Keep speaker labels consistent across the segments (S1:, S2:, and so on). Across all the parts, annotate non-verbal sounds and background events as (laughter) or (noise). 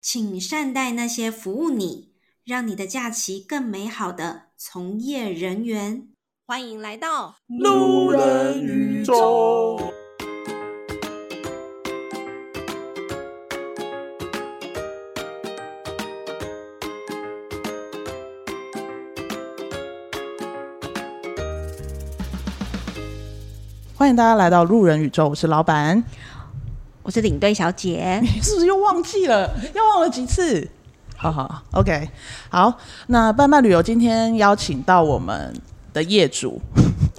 S1: 请善待那些服务你、让你的假期更美好的从业人员。欢迎来到
S2: 路人宇宙。欢迎大家来到路人宇宙，我是老板。
S1: 我是领队小 (laughs) 姐。
S2: 你哎是不是又忘记了？又忘了几次？好好，OK，好。那伴伴旅游今天邀请到我们的业主，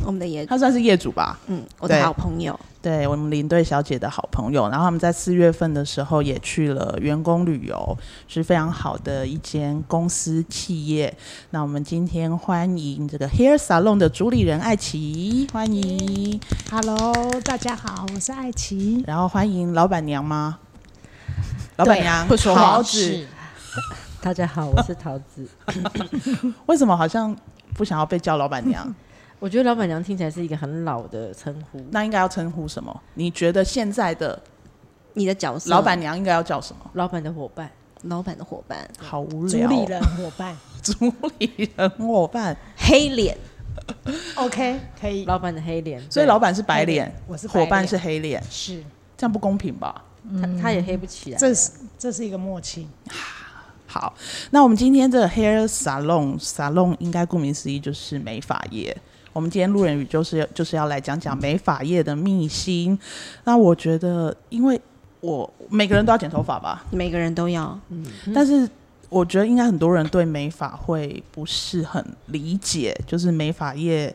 S1: 我们的也，
S2: 他算是业主吧？
S1: 嗯，我的
S2: 对
S1: 好朋友，
S2: 对我们领队小姐的好朋友，然后他们在四月份的时候也去了员工旅游，是非常好的一间公司企业。那我们今天欢迎这个 Hair Salon 的主理人艾琪，欢迎，
S3: Hello，大哦家好，我是艾琪。
S2: 然后欢迎老板娘吗？老板娘
S3: 啊不说
S2: 桃
S3: 话
S2: 子，
S4: 大家好，我是桃子。
S2: 为什么好像不想要被叫老板
S3: (laughs)
S2: 娘？
S4: (laughs) 我觉得老板娘听起来是一个很老的称呼，
S2: 那应该要称呼什么？你觉得现在的
S1: 你的角色，
S2: 老板娘应该要叫什么？
S4: 老板的伙伴。
S1: 老板的伙伴，
S2: 好无
S3: 主
S2: 聊、
S3: 理人伙伴
S2: 主理人伙伴，
S1: 黑脸，
S3: ，OK，可嗯以，
S4: 老板的黑脸，
S2: 所以
S4: 对
S2: 老板是白脸，
S3: 我是白
S2: 伙
S3: 脸
S2: 伴是黑脸，
S3: 是，
S2: 这样不公平吧？
S4: 他他也黑不起来。
S3: 这是这是一个默契。
S2: 好，那我们今天这个 hair salon salon 应该顾名思义就是美发业。我们今天路人宇就是就是要来讲讲美发业的秘辛。那我觉得，因为我每个人都要剪头发吧，
S1: 每个人都要。
S3: 嗯
S2: 但是我觉得应该很多人对美发会不是很理解，就是美发业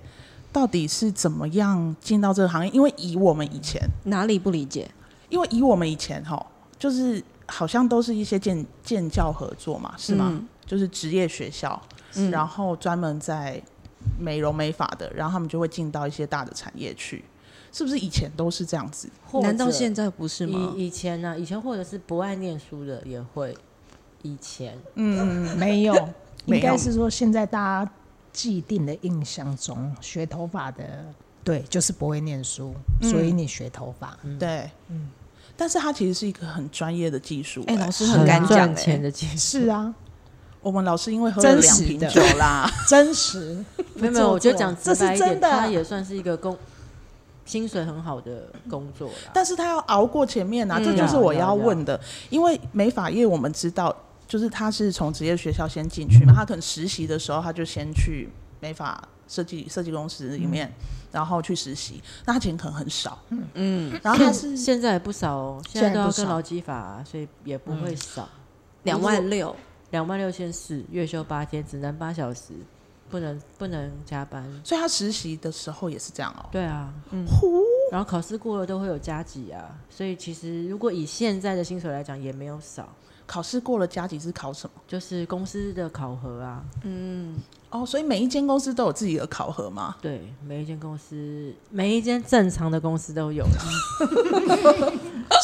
S2: 到底是怎么样进到这个行业？因为以我们以前，
S1: 哪里不理解？
S2: 因为以我们以前哈，就是好像都是一些建建教合作嘛，是吗？
S1: 嗯
S2: 就是职业学校，
S1: 嗯
S2: 然后专门在美容美发的，然后他们就会进到一些大的产业去，是不是以前都是这样子？
S4: 或者
S1: 难道现在不是吗？
S4: 以以前呢、以前或者是不爱念书的也会，以前
S3: 没有，
S2: 嗯 (laughs) 没有
S3: 应该是说现在大家既定的印象中，学头发的，对，就是不会念书，所以你学头发。
S2: 对，嗯。但是它其实是一个很专业的技术、
S1: 哎、
S2: 哎
S1: 老师很敢讲、
S4: 赚
S1: 欸
S4: 钱，的技术。
S3: 是啊，
S2: 我们老师因为喝了
S3: 真
S2: 两
S3: 实
S2: 瓶
S3: 的
S2: 酒啦，
S3: 真实。
S4: 没有没有，我就
S3: 不做作
S4: 讲直
S3: 这是
S4: 白一
S3: 真
S4: 点，他
S3: 的。
S4: 也算是一个工，薪水很好的工作啦。
S2: 但是他要熬过前面啊，
S1: 嗯
S2: 这就是我要问的。因为美发业我们知道，就是他是从职业学校先进去嘛，他可能实习的时候他就先去美发设计设计公司里面，然后去实习，那他钱可能很少，
S1: 嗯，
S2: 然后他
S4: 现
S2: 是
S4: 现在也不少哦，现
S2: 在
S4: 在都要
S2: 不少
S4: 跟劳基法、啊所以也不会少。
S1: 两万六，
S4: 两万六千四，月休八天，只能八小时，不能不能加班。
S2: 所以他实习的时候也是这样哦、
S4: 对啊，嗯，然后考试过了都会有加级啊，所以其实如果以现在的薪水来讲，也没有少，
S2: 考试过了加几是考什么？
S4: 就是公司的考核啊，
S2: 哦，所以每一间公司都有自己的考核吗？
S4: 对，每一间公司，每一间正常的公司
S3: (laughs)
S4: 都有啦，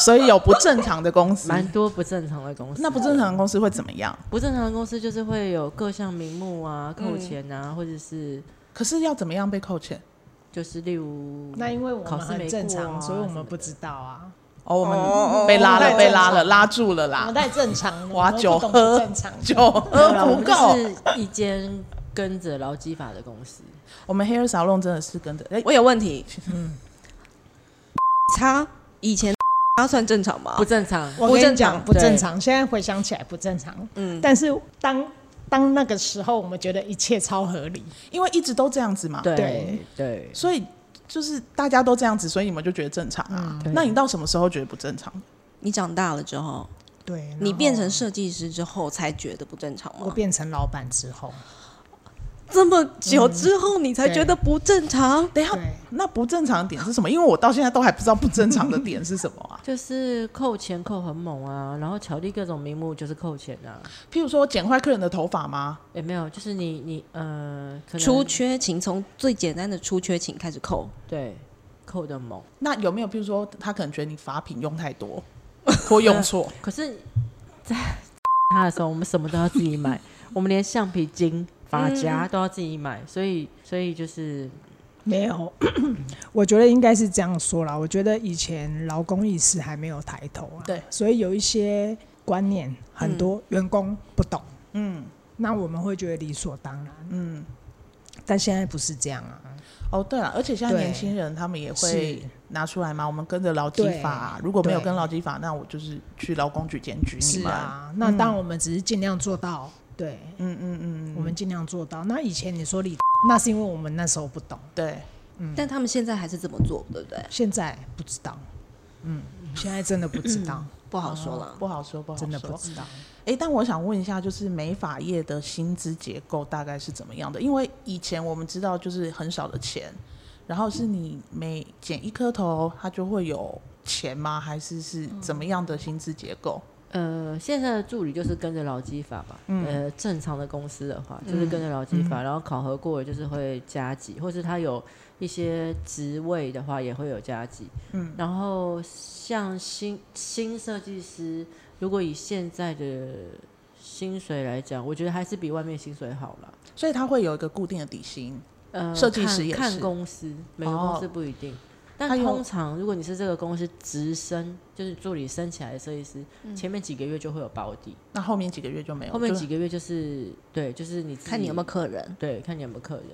S2: 所以有不正常的公司，
S4: 蛮多不正常的公司。
S2: 那不正常的公司会怎么样？
S4: 不正常的公司就是会有各项名目啊、
S3: 嗯
S4: 扣钱啊，或者是
S2: 可是要怎么样被扣钱？
S4: 就是例如
S3: 那因为我
S4: 考
S3: 们
S4: 试没
S3: 很正
S4: 过
S3: 常，
S4: 啊
S3: 所以我们
S4: 什么
S3: 不
S4: 的
S3: 知道啊。
S2: 哦，我们被拉了，
S3: 太
S2: 被
S3: 正
S2: 拉
S3: 常
S2: 了，拉住了
S3: 我
S2: 啦
S3: 们。太正常
S2: (laughs)
S3: 了，
S2: 哇
S3: 我们不
S2: 酒
S3: 懂
S2: 喝
S3: 不正常的。
S2: 酒
S3: (laughs)
S2: 喝
S4: 我
S2: 不
S4: 们
S2: 够。
S4: 啊就是一间跟着劳基法的公
S3: (laughs)
S4: 司。
S2: 我们 Hair Salon 真的是跟着，哎、
S1: 我有问题。差以前他算正常吗
S4: 不？正常。
S3: 我跟你讲不
S4: 不正常
S3: 正常，现在回想起来不正常。
S1: 嗯，
S3: 但是当当那个时候，我们觉得一切超合理。
S2: 因为一直都这样子嘛，
S4: 对
S3: 对
S4: 对，
S2: 所以就是大家都这样子，所以你们就觉得正常啊。
S4: 对。
S2: 那你到什么时候觉得不正常？
S1: 你长大了之后，
S3: 对，然后
S1: 你变成设计师之后才觉得不正常
S3: 我
S1: 吗？
S3: 变成老板之 (laughs) 后，
S1: 这么久之后你才觉得不正 (laughs) 常？
S2: 等一下
S3: 对，
S2: 那不正常的点是什么？因为我到现在都还不知道不正常的点是什么啊
S4: (laughs) 就是扣钱扣很猛啊，然后巧立各种名目就是扣钱啊，
S2: 譬如说剪坏客人的头发吗？
S4: 也没有，就是你你呃，可能
S1: 出缺勤从最简单的出缺勤开始扣，
S4: 对扣的猛，
S2: 那有没有譬如说他可能觉得你发品用太多或用错？
S4: 可是，在 (laughs) 他的时候，我们什么都要自己买，我们连橡皮筋、发夹都要自己买，所以所以就是
S3: 没有， (clears throat) 我觉得应该是这样说啦。我觉得以前劳工意识还没有抬头啊，
S2: 对
S3: 所以有一些观念，很多员工不懂，
S2: 嗯
S3: 那我们会觉得理所当然。
S2: 嗯，
S3: 但现在不是这样啊，
S2: 哦对了，而且现在
S3: 对
S2: 年轻人他们也会
S3: 是
S2: 拿出来嘛，我们跟着劳基
S3: 对
S2: 法啊，如果没有
S3: 对
S2: 跟劳基法，那我就是去劳工局检举你
S3: 是
S2: 们。
S3: 啊。那当然，我们只是尽量做到，对，
S2: 嗯嗯嗯，
S3: 我们尽量做到。那以前你说理， (laughs) 那是因为我们那时候不懂，
S2: 对，
S1: 但他们现在还是这么做，对不对？
S3: 现在不知道，嗯，现在真的不知道，
S5: 嗯
S1: 不好说了。
S2: 哦不好说，不好说，
S3: (coughs) 真的不知道。
S2: 哎，但我想问一下，就是美发业的薪资结构大概是怎么样的？因为以前我们知道就是很少的钱，然后是你每剪一颗头，它就会有钱吗？还是是怎么样的薪资结构？
S4: 呃，现在的助理就是跟着劳基法吧。
S2: 嗯
S4: 呃，正常的公司的话，就是跟着劳基法，然后考核过了就是会加级，或是他有一些职位的话也会有加级。嗯，然后像新新设计师，如果以现在的薪水来讲，我觉得还是比外面薪水好了。
S2: 所以它会有一个固定的底薪，
S4: 呃，
S2: 设计师也
S4: 看
S2: 是
S4: 看公司，每个公司
S2: 哦
S4: 不一定。
S2: 他
S4: 但
S2: 有
S4: 通常，如果你是这个公司直升，就是助理升起来的设计师，
S2: 嗯
S4: 前面几个月就会有保底，
S2: 那后面几个月就没有。
S4: 后面
S2: 就
S4: 几个月就是对，就是啊你自己
S1: 看你有没有客人，
S4: 对，看你有没有客人，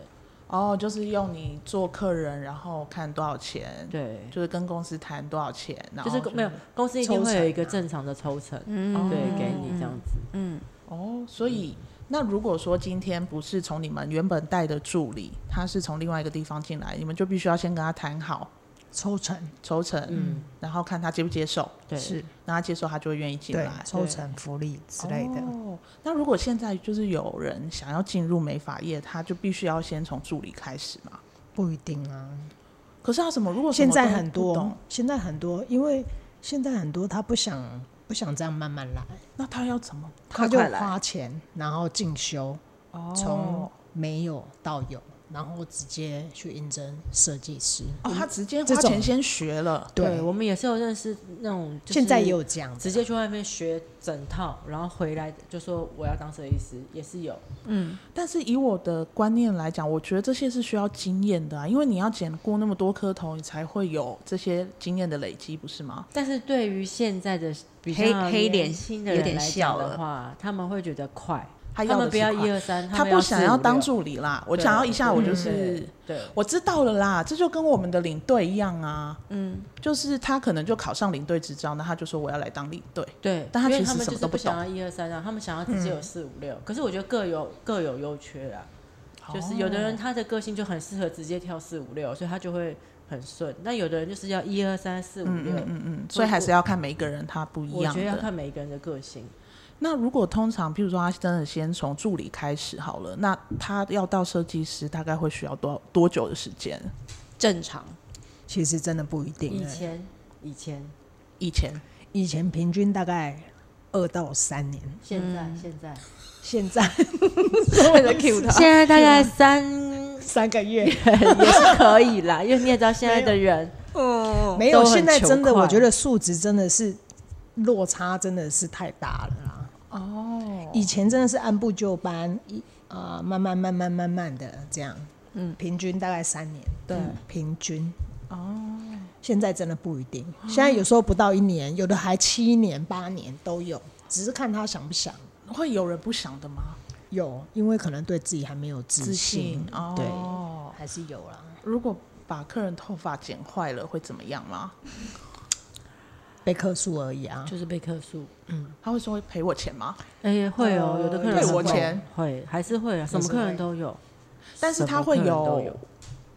S2: 哦，就是用你做客人，然后看多少钱，
S4: 对，
S2: 就是跟公司谈多少钱，然
S4: 就
S2: 后
S4: 是没有公司一定
S3: 抽
S4: 会有
S3: 成
S4: 一个
S3: 啊
S4: 正常的抽成，啊
S1: 嗯
S4: 对，给你这样子。
S1: 嗯，
S2: 哦，所以
S3: 嗯
S2: 那如果说今天不是从你们原本带的助理，他是从另外一个地方进来，你们就必须要先跟他谈好
S3: 抽成
S2: 抽成，
S4: 嗯，
S2: 然后看他接不接受，
S4: 对，
S3: 是
S2: 那他接受他就会愿意进
S3: 对
S2: 来
S3: 抽成福利之类的，
S2: 哦，那如果现在就是有人想要进入美发业，他就必须要先从助理开始嘛？
S3: 不一定啊。
S2: 可是他什么？如果什
S3: 现
S2: 么
S3: 在
S2: 都
S3: 很
S2: 不懂
S3: 多，现在很多，因为现在很多他不想不想这样慢慢来，
S2: 那他要怎么？
S3: 他
S1: 快
S3: 就
S1: 快来
S3: 花钱然后进修，
S2: 哦
S3: 从没有到有，然后直接去应征设计师。
S2: 哦，他直接
S3: 这
S2: 花
S3: 种
S2: 钱先学了，
S4: 对我们也是有认识那种，就是
S3: 现在也有这样
S4: 直
S3: 子，
S4: 接去外面学整套，然后回来就说我要当设计师，也是有。
S2: 但是以我的观念来讲，我觉得这些是需要经验的啊，因为你要剪过那么多颗头，你才会有这些经验的累积，不是吗？
S4: 但是对于现在的比
S1: 黑
S4: 较
S1: 黑脸
S4: 年轻的
S1: 有
S4: 人
S1: 点
S4: 来
S1: 笑
S4: 讲
S1: 了
S4: 的话，他们会觉得快，
S2: 他
S4: 他
S2: 要
S4: 们
S2: 的
S4: 不要
S2: 是
S4: 一
S2: 快
S4: 二三，
S2: 他
S4: 们
S2: 不
S4: 要
S2: 想
S4: 4
S2: 要
S4: 5
S2: 当
S4: 6
S2: 助理啦，我
S4: 对嗯
S2: 想要一下我就
S4: 对
S2: 是
S4: 对
S2: 我知道了啦，这就跟我们的领队一样啊，嗯，就是他可能就考上领队执照，那他就说我要来当领队，
S4: 对，
S2: 但他
S4: 因为
S2: 其实
S4: 他们
S2: 什么
S4: 就是
S2: 都不
S4: 不想
S2: 懂
S4: 要一二三啊，他们想要直接有四五六。可是我觉得各有各有优缺啦，就是有的
S2: 哦
S4: 人他的个性就很适合直接跳四五六，所以他就会很顺。那有的人就是要一二三四五
S2: 嗯
S4: 六
S2: 嗯，嗯嗯，所以还是要看每个人他不一
S4: 我
S2: 样
S4: 觉得要
S2: 的。
S4: 看每一个人的个性。
S2: 那如果通常，譬如说他真的先从助理开始好了，那他要到设计师大概会需要多多久的时间？
S1: 正常。
S3: 其实真的不一定
S4: 以
S3: 欸。
S4: 前以前
S2: 以前
S3: 以前平均大概二到三年，
S4: 现在现在
S3: 现在
S1: 为了 Q
S5: (laughs)
S1: 他，
S4: 现在大概三
S3: 三个月
S4: 也是可以啦，因为你也知道现在的人
S1: 嗯，
S3: 没有。
S4: 都很
S3: 现在真的，
S4: 求快
S3: 我觉得数值真的是落差真的是太大了啦。
S2: 哦，
S3: 以前真的是按部就班，一啊、慢慢慢慢慢慢的这样，嗯，平均大概三年，对，平均哦。现在真的不一定，现在有时候不到一年，有的还七年八年都有，只是看他想不想
S2: 会有人不想的吗？
S3: 有，因为可能对自己还没有自
S2: 自
S3: 信，
S2: 信哦。
S3: 还是有啦，
S2: 如果把客人头发剪坏了会怎么样吗？
S3: 被克数而已啊。
S4: (laughs) 就是被客诉。
S2: 他会说会赔我钱吗？
S4: 哎、会哦，有的客人
S2: 退我
S4: 会
S2: 钱
S4: 会还是会啊，什么客人都有，
S2: 但是他会
S4: 什么客人都
S2: 有
S4: 有，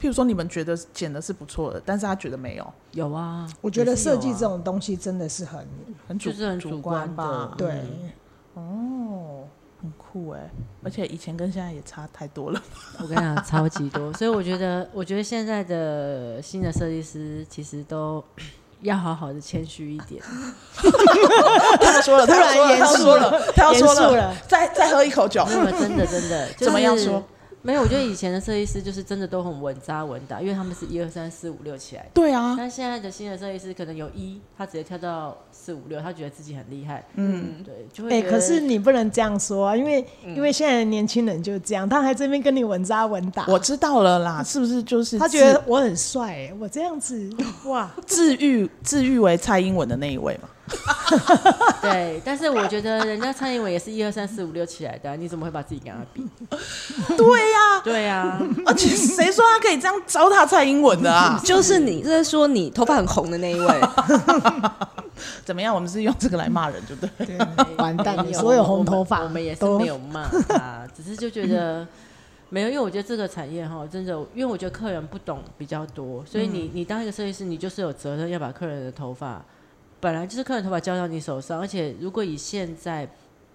S2: 譬如说你们觉得剪的是不错的，但是他觉得没有，
S4: 有啊，
S3: 我觉得
S4: 也是有
S3: 设
S4: 啊
S3: 计这种东西真的是很
S2: 很主
S4: 就是很主
S2: 主
S4: 观
S2: 吧
S4: 的？
S3: 对，
S4: 嗯
S2: 哦，很酷哎，而且以前跟现在也差太多了。
S4: 我跟你讲，超级多。所以我觉得，我觉得现在的新的设计师其实都 (clears throat) 要好好的谦虚一点。
S2: 他说了，
S3: 突然
S2: 他说了，他说了，他
S3: 严肃
S2: 说
S3: 了，
S2: 再再喝一口酒
S4: 没。有，真的真的，就是
S2: (laughs) 怎么样说？
S4: 没有，我觉得以前的设计师就是真的都很稳扎稳打，因为他们是一二三四五六起来的。
S2: 对啊，
S4: 但现在的新的设计师可能有一，他直接跳到四五六，他觉得自己很厉害。嗯，对，就会
S3: 哎、
S4: 觉得。
S3: 可是你不能这样说啊，因为、
S4: 嗯
S3: 因为现在的年轻人就是这样，他还这边跟你稳扎稳打，
S2: 我知道了啦，是不是就是
S3: 他觉
S4: (laughs)
S3: 得我很帅、欸，我这样子哇，
S2: (laughs) 治治愈治愈为蔡英文的那一位嘛？
S4: 对，但是我觉得人家蔡英文也是一二三四五六起来的啊，你怎么会把自己跟他比？
S2: (laughs) 对呀、
S4: 对呀，
S2: 而且啊谁说他可以这样糟蹋蔡英文的 (laughs) 啊？
S5: 就是你，这是说你头发很红的那一位，
S2: 怎么样？我们是用这个来骂人，对不对？
S3: 完蛋了
S4: 没
S3: (laughs) 所有红头发
S4: 我们我们也是
S3: 都
S4: 没有骂他， (laughs) 只是就觉得没有，因为我觉得这个产业哈，真的，因为我觉得客人不懂比较多，所以
S3: 嗯
S4: 你你当一个设计师，你就是有责任要把客人的头发，本来就是客人头发交到你手上，而且如果以现在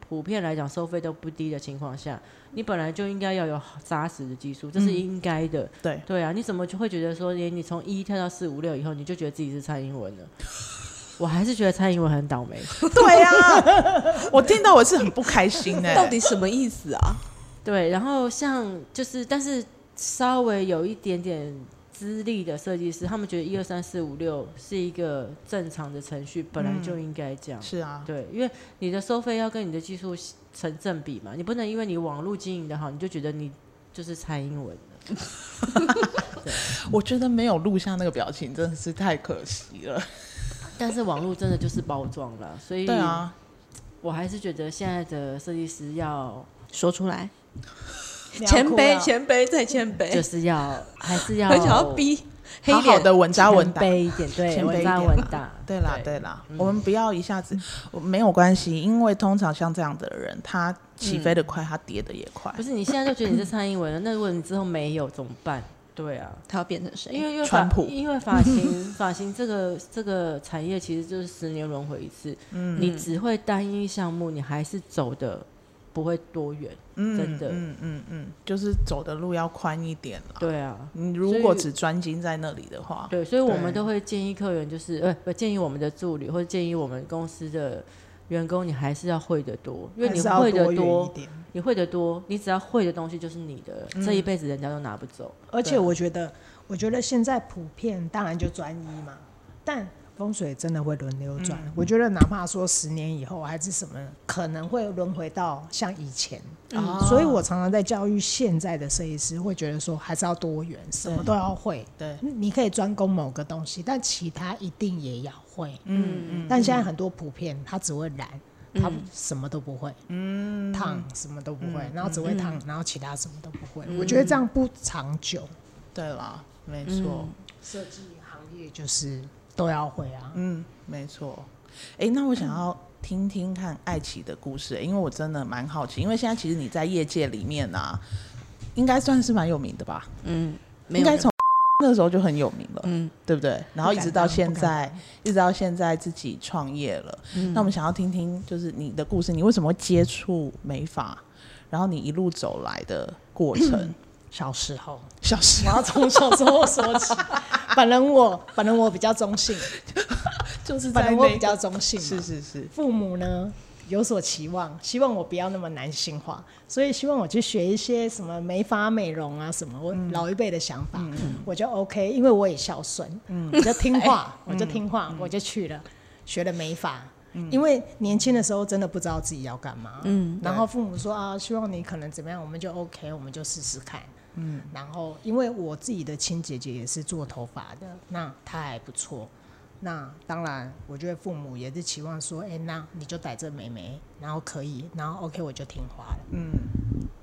S4: 普遍来讲收费都不低的情况下，你本来就应该要有好扎实的技术，这是
S3: 嗯
S4: 应该的。
S2: 对，
S4: 对啊，你怎么就会觉得说，连你从一跳到四五六以后，你就觉得自己是蔡英文了？ (laughs) 我还是觉得蔡英文很倒霉。
S2: (laughs) 对呀、我听到我是很不开心 (laughs) 哎、
S5: 到底什么意思啊？
S4: 对，然后像就是，但是稍微有一点点资历的设计师，他们觉得一二三四五六是一个正常的程序，本来
S2: 嗯
S4: 就应该这样。
S2: 是啊，
S4: 对，因为你的收费要跟你的技术成正比嘛，你不能因为你网络经营的好，你就觉得你就是蔡英文了。
S2: 我觉得没有录下那个表情真的是太可惜了。
S4: 但是网络真的就是包装了，所以
S2: 对啊，
S4: 我还是觉得现在的设计师要
S5: 说出来，
S3: 你要
S5: 谦
S3: 哭
S5: 卑，
S3: 了
S5: 谦卑再谦
S2: 哎
S5: (laughs)
S4: 就
S5: 卑，
S4: 是要还
S2: (laughs)
S4: 是要
S5: 很想要逼黑
S2: 好好
S5: 脸
S2: 的稳扎稳打
S4: 谦。卑一点，对，
S2: 谦卑一
S4: 稳扎
S2: 点
S4: 稳
S2: 啦 (laughs)
S4: 打。
S2: 对啦，对嗯啦，我们不要一下子，我没有关系，因为通常像这样的人，他起飞的快，他跌的也快
S4: 不。是你现在就觉得你是蔡英 (laughs) 文了，那如果你之后没有怎么办？对啊，
S5: 他要变成谁？
S4: 因为因为
S2: 川
S4: 发
S2: 普
S4: 因为
S3: (laughs)
S4: 发型发型这个这个产业其实就是十年轮回一次，
S3: 嗯
S4: 你只会单一项目，你还是走的不会多远，
S2: 嗯
S4: 真的
S2: 嗯嗯嗯，就是走的路要宽一点啦。
S4: 对啊。
S2: 你如果只专精在那里的话，
S4: 对，所以我
S2: 对
S4: 们都会建议客人，就是呃，不建议我们的助理或者建议我们公司的员工，你还是要会的多，因为
S3: 还
S4: 你
S3: 是要
S4: 会的
S3: 多元一点。嗯
S4: 你会的多，你只要会的东西就是你的了，这一辈子人家都拿不走。
S3: 而且我觉得，我觉得现在普遍当然就专一嘛，但风水真的会轮流转。
S2: 嗯
S3: 我觉得哪怕说十年以后还是什么，可能会轮回到像以前。
S2: 哦
S3: 所以我常常在教育现在的设计师，会觉得说还是要多元，什么
S2: 对
S3: 都要会。
S2: 对，
S3: 你你可以专攻某个东西，但其他一定也要会。
S2: 嗯嗯，
S3: 但现在很多普遍，他只会染，他什么都不会，嗯，烫什么都不
S2: 嗯
S3: 会，然后只会烫，然后其他什么都不会。我觉得这样不长久。
S2: 对啦，没错，
S3: 设计行业就是都要会啊。
S2: 嗯，没错。哎，那我想要听听看爱奇的故事，因为我真的蛮好奇，因为现在其实你在业界里面啊，应该算是蛮有名的吧？
S5: 嗯，没
S2: 应
S5: 有
S2: 该
S5: 人，
S2: 从 (laughs) 那时候就很有名了。
S5: 嗯，
S2: 对不对？然后一直到现在
S3: 不敢当，
S2: 一直到现在自己创业了。那我们想要听听，就是你的故事，你为什么会接触美发？然后你一路走来的过程，
S3: 小时候，
S2: 小时
S3: 我
S2: 候
S3: 要从小时候
S2: (laughs)
S3: 说起。本人我，本人我比较中性，
S2: 就是
S3: 本
S2: 在
S3: 人
S2: 那
S3: 我
S2: 个
S3: 比较中性嘛。
S2: 是是是，
S3: 父母呢有所期望，希望我不要那么男性化，所以希望我去学一些什么美发、美容啊什么。我老一辈的想法，我就 OK，因为我也孝顺，我就听话，我就听 (laughs) 话，我就去了，学了美发。因为年轻的时候真的不知道自己要干嘛，嗯，然后父母说啊，希望你可能怎么样，我们就 OK，我们就试试看，嗯，然后因为我自己的亲姐姐也是做头发的，那她还不错，那当然，我觉得父母也是期望说，哎、那你就逮这妹妹，然后可以，然后 OK 我就听话了。嗯，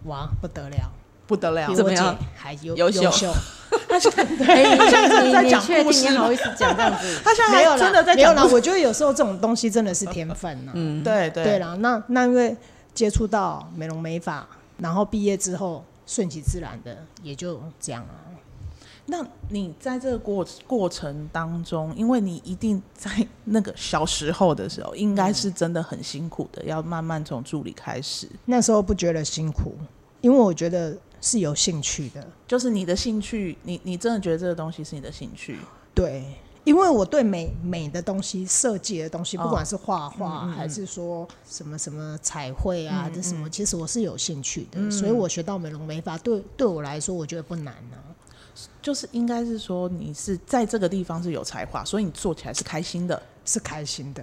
S3: 哇，不得了，
S2: 不得了
S3: 比。
S5: 怎么
S3: 我姐
S5: 样
S3: 还优
S2: 优秀
S3: 秀。 (laughs)
S4: 哎，你
S2: 真的在
S4: 你你
S2: 讲
S4: 确
S2: 故
S4: 定
S2: 事
S4: 你好意思讲这样子？
S2: 他现
S3: 没
S2: 在还
S3: 有啦，
S2: 真的在
S3: 没有
S2: 讲
S3: 啦。
S2: 故事，
S3: 我觉得有时候这种东西真的是天分呐、嗯，
S2: 对
S3: 对
S2: 对，
S3: 啦，那那因为接触到美容美发，然后毕业之后顺其自然的也就这样了、啊
S2: 那你在这个过过程当中，因为你一定在 (laughs) 那个小时候的时候，应该
S3: 嗯
S2: 是真的很辛苦的，要慢慢从助理开始，
S3: 那时候不觉得辛苦，因为我觉得是有兴趣的。
S2: 就是你的兴趣，你你真的觉得这个东西是你的兴趣，
S3: 对，因为我对美美的东西、设计的东西，
S2: 哦嗯
S3: 不管是画画、还是说什么什么彩绘啊，这什么，其实我是有兴趣的，
S2: 嗯
S3: 所以我学到美容美发，对对我来说，我觉得不难啊。
S2: 就是应该是说你是在这个地方是有才华，所以你做起来是开心的。
S3: 是开心的，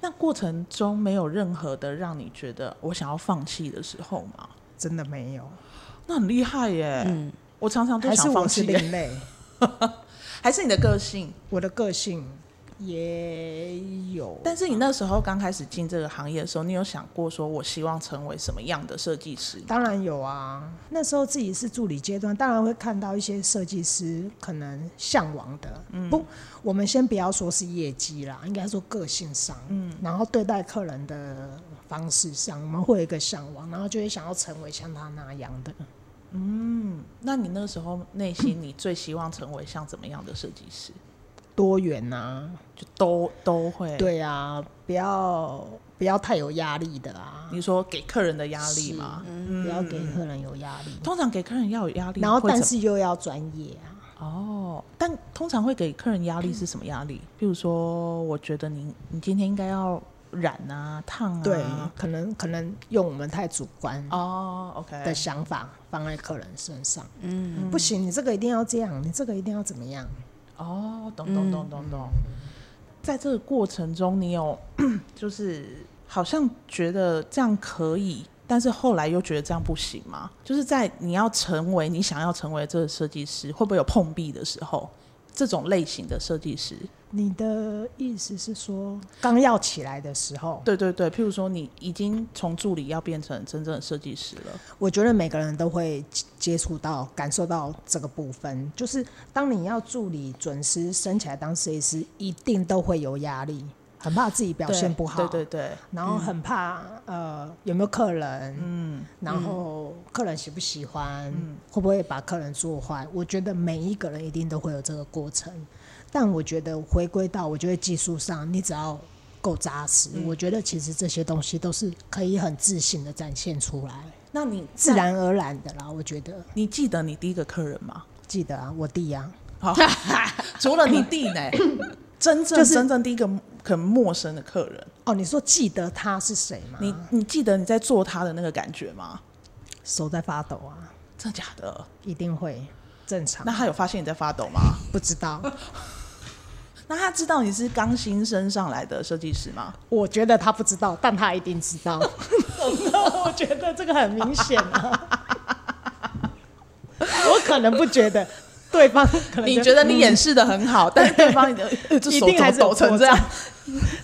S2: 那过程中没有任何的让你觉得我想要放弃的时候吗？
S3: 真的没有，
S2: 那很厉害耶！我常常都
S3: 嗯还是嗯
S2: 想
S3: 我
S2: (laughs) 放
S3: 是
S2: 弃耶
S3: 另类，
S2: 还是你的个性
S3: 我的个性，也有，
S2: (laughs) 但是你那时候刚开始进这个行业的时候，你有想过说我希望成为什么样的设计师？
S3: 当然有啊。那时候自己是助理阶段，当然会看到一些设计师可能向往的。不，我们先不要说是业绩啦，应该说个性上，嗯，然后对待客人的方式上，我们会有一个向往，然后就会想要成为像他那样的。
S2: 那你那时候内心你最希望成为像怎么样的设计师？
S3: 多元啊，
S2: 就都都会。，
S3: 对啊，不要不要太有压力的啊，
S2: 你说给客人的压力嘛，
S3: 不要给客人有压力，
S2: 通常给客人要有压力，
S3: 然后
S2: 会
S3: 但
S2: 怎
S3: 是又要专业啊。
S2: 哦，但通常会给客人压力是什么压力？比如说，我觉得你你今天应该要染啊、烫啊，
S3: 对，嗯可能可能用我们太主观
S2: 哦
S3: 的
S2: ，OK，
S3: 想法放在客人身上，嗯，不行，你这个一定要这样，你这个一定要怎么样？
S2: 哦，懂懂懂懂懂。在这个过程中，你有 (clears throat) 就是好像觉得这样可以，但是后来又觉得这样不行吗？就是在你要成为你想要成为这个设计师，会不会有碰壁的时候？这种类型的设计师，
S3: 你的意思是说，刚要起来的时候，
S2: 对对对，譬如说你已经从助理要变成真正的设计师了，
S3: 我觉得每个人都会接接触到、感受到这个部分，就是当你要助理准时升起来当设计师，一定都会有压力，很怕自己表现
S2: 对
S3: 不好，
S2: 对对对，
S3: 然后很怕、呃有没有客人，嗯，然后客人喜不喜欢，会不会把客人做坏？我觉得每一个人一定都会有这个过程，但我觉得回归到我觉得技术上，你只要够扎实，我觉得其实这些东西都是可以很自信的展现出来，
S2: 那你
S3: 自，然而然的啦。我觉得
S2: 你记得你第一个客人
S3: (laughs)
S2: 吗？
S3: 记得啊，我弟啊，
S2: 好，除了你弟呢，真正、真正第一个很陌生的客人，
S3: 哦，你说记得他是谁吗？
S2: 你你记得你在做他的那个感觉吗？
S3: 手在发抖啊，
S2: 真的假的？
S3: 一定会正常
S2: 那，他有发现你在发抖吗？
S3: 不知 (laughs) 道。
S2: 那他知道你是刚新升上来的设计师吗？
S3: 我觉得他不知道，但他一定知 (laughs) 道。我觉得这个很明显啊。 (laughs) 我可能不觉得，对方可能嗯
S2: 你觉得你掩饰的很好，但是对方你的呃这
S3: 一
S2: 手
S3: 定
S2: 怎
S3: 还
S2: 么
S3: 是有
S2: 抖成这样？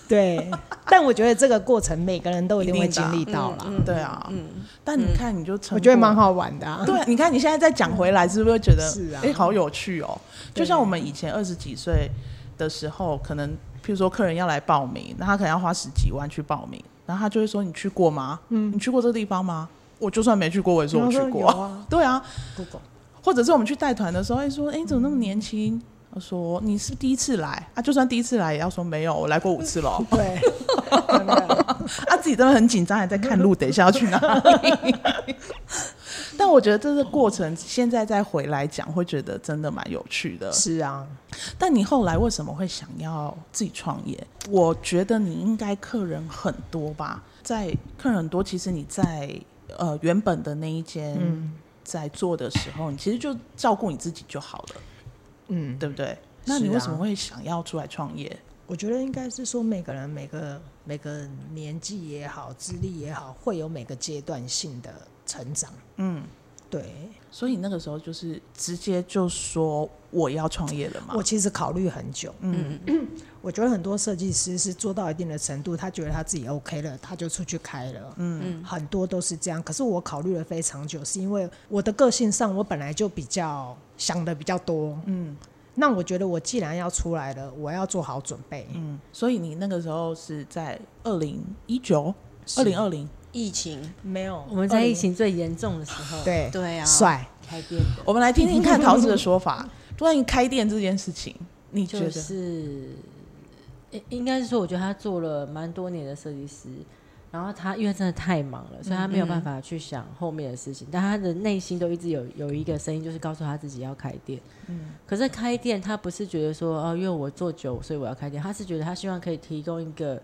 S3: 对，但我觉得这个过程每个人都一定会
S2: 一定的
S3: 经历
S4: 嗯
S3: 到啦。
S2: 对啊，
S3: 嗯
S5: 嗯
S2: 但你看你就成，
S3: 我觉得蛮。好玩的啊。
S2: 对，你看你现在再讲回来，是不是会觉得
S3: 是啊
S2: 哎、好有趣哦？就像我们以前二十几岁的时候，可能譬如说客人要来报名，那他可能要花十几万去报名，然后他就会说：“你去过吗？嗯，你去过这个地方吗？”我就算没去过，我也说我去
S3: 然后说
S2: 过。
S3: 有啊
S2: 对 (laughs) 啊，
S3: 不懂
S2: 或者是我们去带团的时候，哎、说：“哎、你怎么那么年轻？”我说：“你是不是第一次来啊？就算第一次来，也要说没有，我来过五次了。”
S3: 对，真的
S2: 他自己真的很紧张，还在看路，等一下要去哪里。 (laughs) 但我觉得这个过程，现在再回来讲，会觉得真的蛮有趣的。
S3: (laughs) 是啊。
S2: 但你后来为什么会想要自己创业？我觉得你应该客人很多吧，在客人很多，其实你在呃原本的那一间
S3: 嗯
S2: 在做的时候，你其实就照顾你自己就好了，
S3: 嗯，
S2: 对不对？那你
S3: 是啊
S2: 为什么会想要出来创业？
S3: 我觉得应该是说每个人每个每个年纪也好，资历也好，会有每个阶段性的成长。
S2: 嗯，
S3: 对，
S2: 所以那个时候就是直接就说我要创业了嘛。
S3: 我其实考虑很久，嗯，我觉得很多设计师是做到一定的程度，他觉得他自己 OK 了，他就出去开了，嗯，很多都是这样。可是我考虑了非常久，是因为我的个性上，我本来就比较想的比较多，嗯。那我觉得我既然要出来了，我要做好准备。嗯，
S2: 所以你那个时候是在二零一九、二零二零，
S5: 疫情，
S3: 没有，
S4: (laughs) 我们在疫情最严重的时候，，
S3: 对
S5: 对啊
S3: 帅
S4: 开店的，
S2: 我们来听听看桃子的说
S4: (laughs)
S2: 法，关于开店这件事情，你觉
S4: 就
S2: 得？
S4: 是应应该是说，我觉得他做了蛮多年的设计师，然后他因为真的太忙了，所以他
S2: 嗯
S4: 没有办法去想后面的事情，但他的内心都一直有有一个声音，就是告诉他自己要开店。
S2: 嗯
S4: 可是开店他不是觉得说哦，因为我做酒，所以我要开店，他是觉得他希望可以提供一个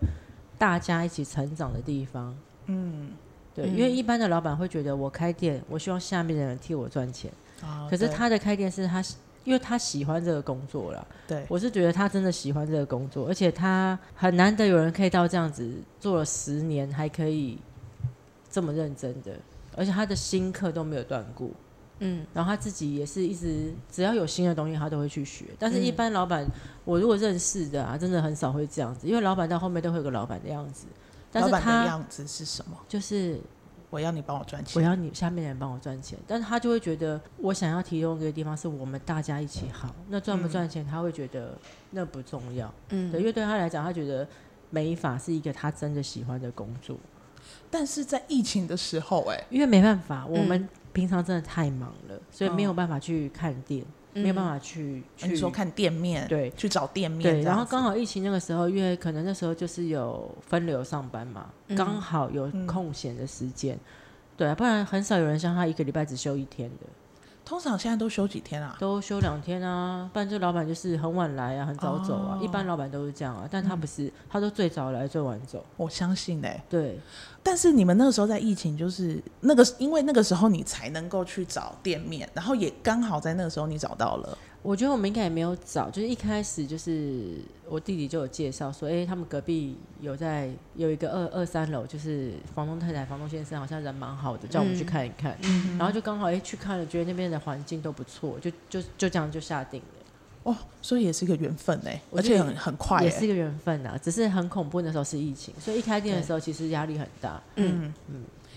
S4: 大家一起成长的地方。嗯，对，
S2: 嗯
S4: 因为一般的老板会觉得我开店，我希望下面的人替我赚钱。
S2: 啊
S4: 可是
S2: 对
S4: 他的开店是他喜，因为他喜欢这个工作啦。
S2: 对
S4: 我是觉得他真的喜欢这个工作，而且他很难得有人可以到这样子做了十年还可以这么认真的，而且他的新课都没有断过。嗯，然后他自己也是一直只要有新的东西，他都会去学。但
S2: 嗯
S4: 是，一般老板、我如果认识的啊，真的很少会这样子，因为老板到后面都会有个老板的样子。但
S2: 老
S4: 是
S2: 板的
S4: 他
S2: 样子是什么？
S4: 就是
S2: 我要你帮我赚钱。
S4: 我要你下面的人帮我赚钱，但是他就会觉得我想要提供一个地方是我们大家一起好，那赚不赚钱他会觉得
S2: 嗯
S4: 那不重要，嗯，对，因为对他来讲，他觉得美发是一个他真的喜欢的工作，
S2: 但是在疫情的时候、哎，
S4: 因为没办法，我
S2: 嗯
S4: 们平常真的太忙了，所以没有办法去看店，没有
S5: 嗯
S4: 办法去去
S2: 哦嗯你说看店面，
S4: 对
S2: 去找店面这样
S4: 对，
S2: 子，
S4: 然后刚好疫情那个时候，因为可能那时候就是有分流上班嘛，
S2: 嗯
S4: 刚、好有空闲的时间，对啊，不然很少有人像他一个礼拜只休一天的。
S2: 通常现在都休几天啊？
S4: 都休两天啊，不然就老板就是很晚来啊，很早走啊。一般老板都是这样啊，但他不是，他都最早来最晚走。
S2: 我相信哎、
S4: 对，
S2: 但是你们那个时候在疫情，就是那个，因为那个时候你才能够去找店面，然后也刚好在那个时候你找到了，
S4: 我觉得我们应该也没有早，就是一开始就是我弟弟就有介绍说，哎、他们隔壁有在有一个二二三楼，就是房东太太、房东先生好像人蛮好的，叫我们去看一看。然后就刚好哎、诶去看了，觉得那边的环境都不错，就就就这样就下定了。
S2: 哦，所以也是一个缘分哎、
S4: 我
S2: 而
S4: 觉得
S2: 且很很快
S4: 也
S2: 哎、
S4: 是一个缘分啊，只是很恐怖。那时候是疫情，所以一开店的时候其实压力很大。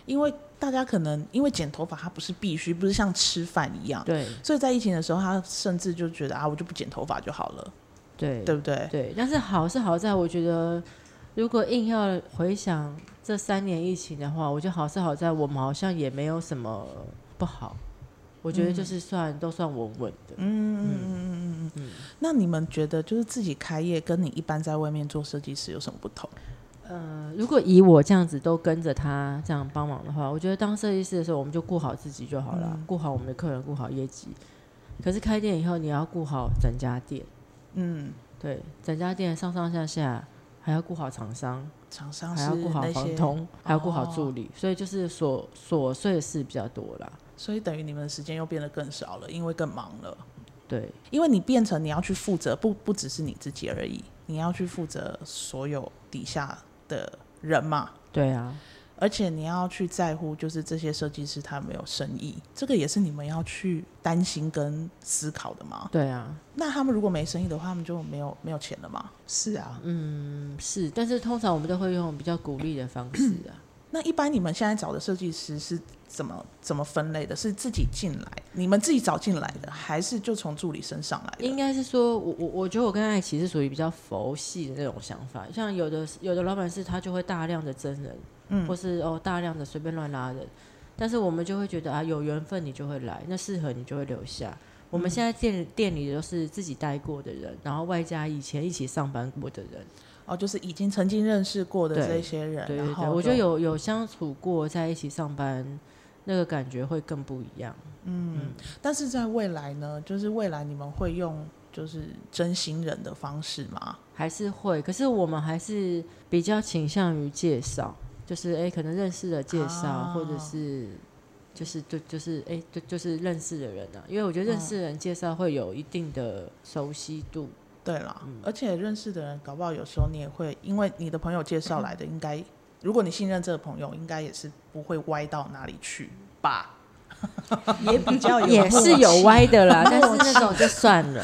S2: 因为大家可能因为剪头发它不是必须，不是像吃饭一样，
S4: 对
S2: 所以在疫情的时候，他甚至就觉得啊，我就不剪头发就好了，
S4: 对
S2: 对不对？
S4: 对，但是好是好在，我觉得如果硬要回想这三年疫情的话，我觉得好是好在，我们好像也没有什么不好。我觉得就是算、都算稳稳的，
S2: 嗯
S4: 嗯
S2: 那你们觉得就是自己开业跟你一般在外面做设计师有什么不同？
S4: 呃如果以我这样子都跟着他这样帮忙的话，我觉得当设计师的时候，我们就顾好自己就好了，顾好我们的客人，顾好业绩。可是开店以后，你要顾好整家店，
S2: 嗯，
S4: 对，整家店上上下下，还要顾好厂商，
S2: 厂商
S4: 还
S2: 是
S4: 要顾好
S2: 那
S4: 房
S2: 些，哦
S4: 东，还要顾好助理，所以就是琐琐碎的事比较多啦。
S2: 所以等于你们的时间又变得更少了，因为更忙了。
S4: 对，
S2: 因为你变成你要去负责，不不只是你自己而已，你要去负责所有底下的人嘛，
S4: 对啊，
S2: 而且你要去在乎，就是这些设计师他有没有生意，这个也是你们要去担心跟思考的嘛。
S4: 对啊，
S2: 那他们如果没生意的话，他们就没有没有钱了嘛。
S3: 是啊，
S4: 嗯，是，但是通常我们都会用比较鼓励的方式
S2: (clears throat)
S4: 啊。
S2: 那一般你们现在找的设计师是怎么怎么分类的？是自己进来，你们自己找进来的，还是就从助理身上来
S4: 应
S2: 的？
S4: 该是说，我我我觉得我跟爱琪是属于比较佛系的那种想法，像有的有的老板是他就会大量的真人，嗯，或是哦大量的随便乱拉人，但是我们就会觉得啊有缘分你就会来，那适合你就会留下。我
S2: 嗯
S4: 们现在店店里都是自己待过的人，然后外加以前一起上班过的人，
S2: 哦，就是已经曾经认识过的
S4: 对
S2: 这些人，
S4: 对对
S2: 然后
S4: 对，我
S2: 就
S4: 觉得有有相处过，在一起上班，那个感觉会更不一样。
S2: 但是在未来呢，就是未来你们会用就是真心人的方式吗？
S4: 还是会，可是我们还是比较倾向于介绍，就是哎、诶可能认识的介绍，
S2: 啊
S4: 或者是就是就就是哎、诶就就是认识的人啊，因为我觉得认
S2: 嗯
S4: 识的人介绍会有一定的熟悉
S2: (laughs)
S4: 度，
S2: 对啦，
S4: 嗯
S2: 而且认识的人，搞不好有时候你也会，因为你的朋友介绍来的，应该如果你信任这个朋友，应该也是不会歪到哪里去
S4: (laughs)
S2: 吧？
S3: 也比较有
S4: 也是有歪
S2: (laughs)
S4: 的啦，但是那种就算了，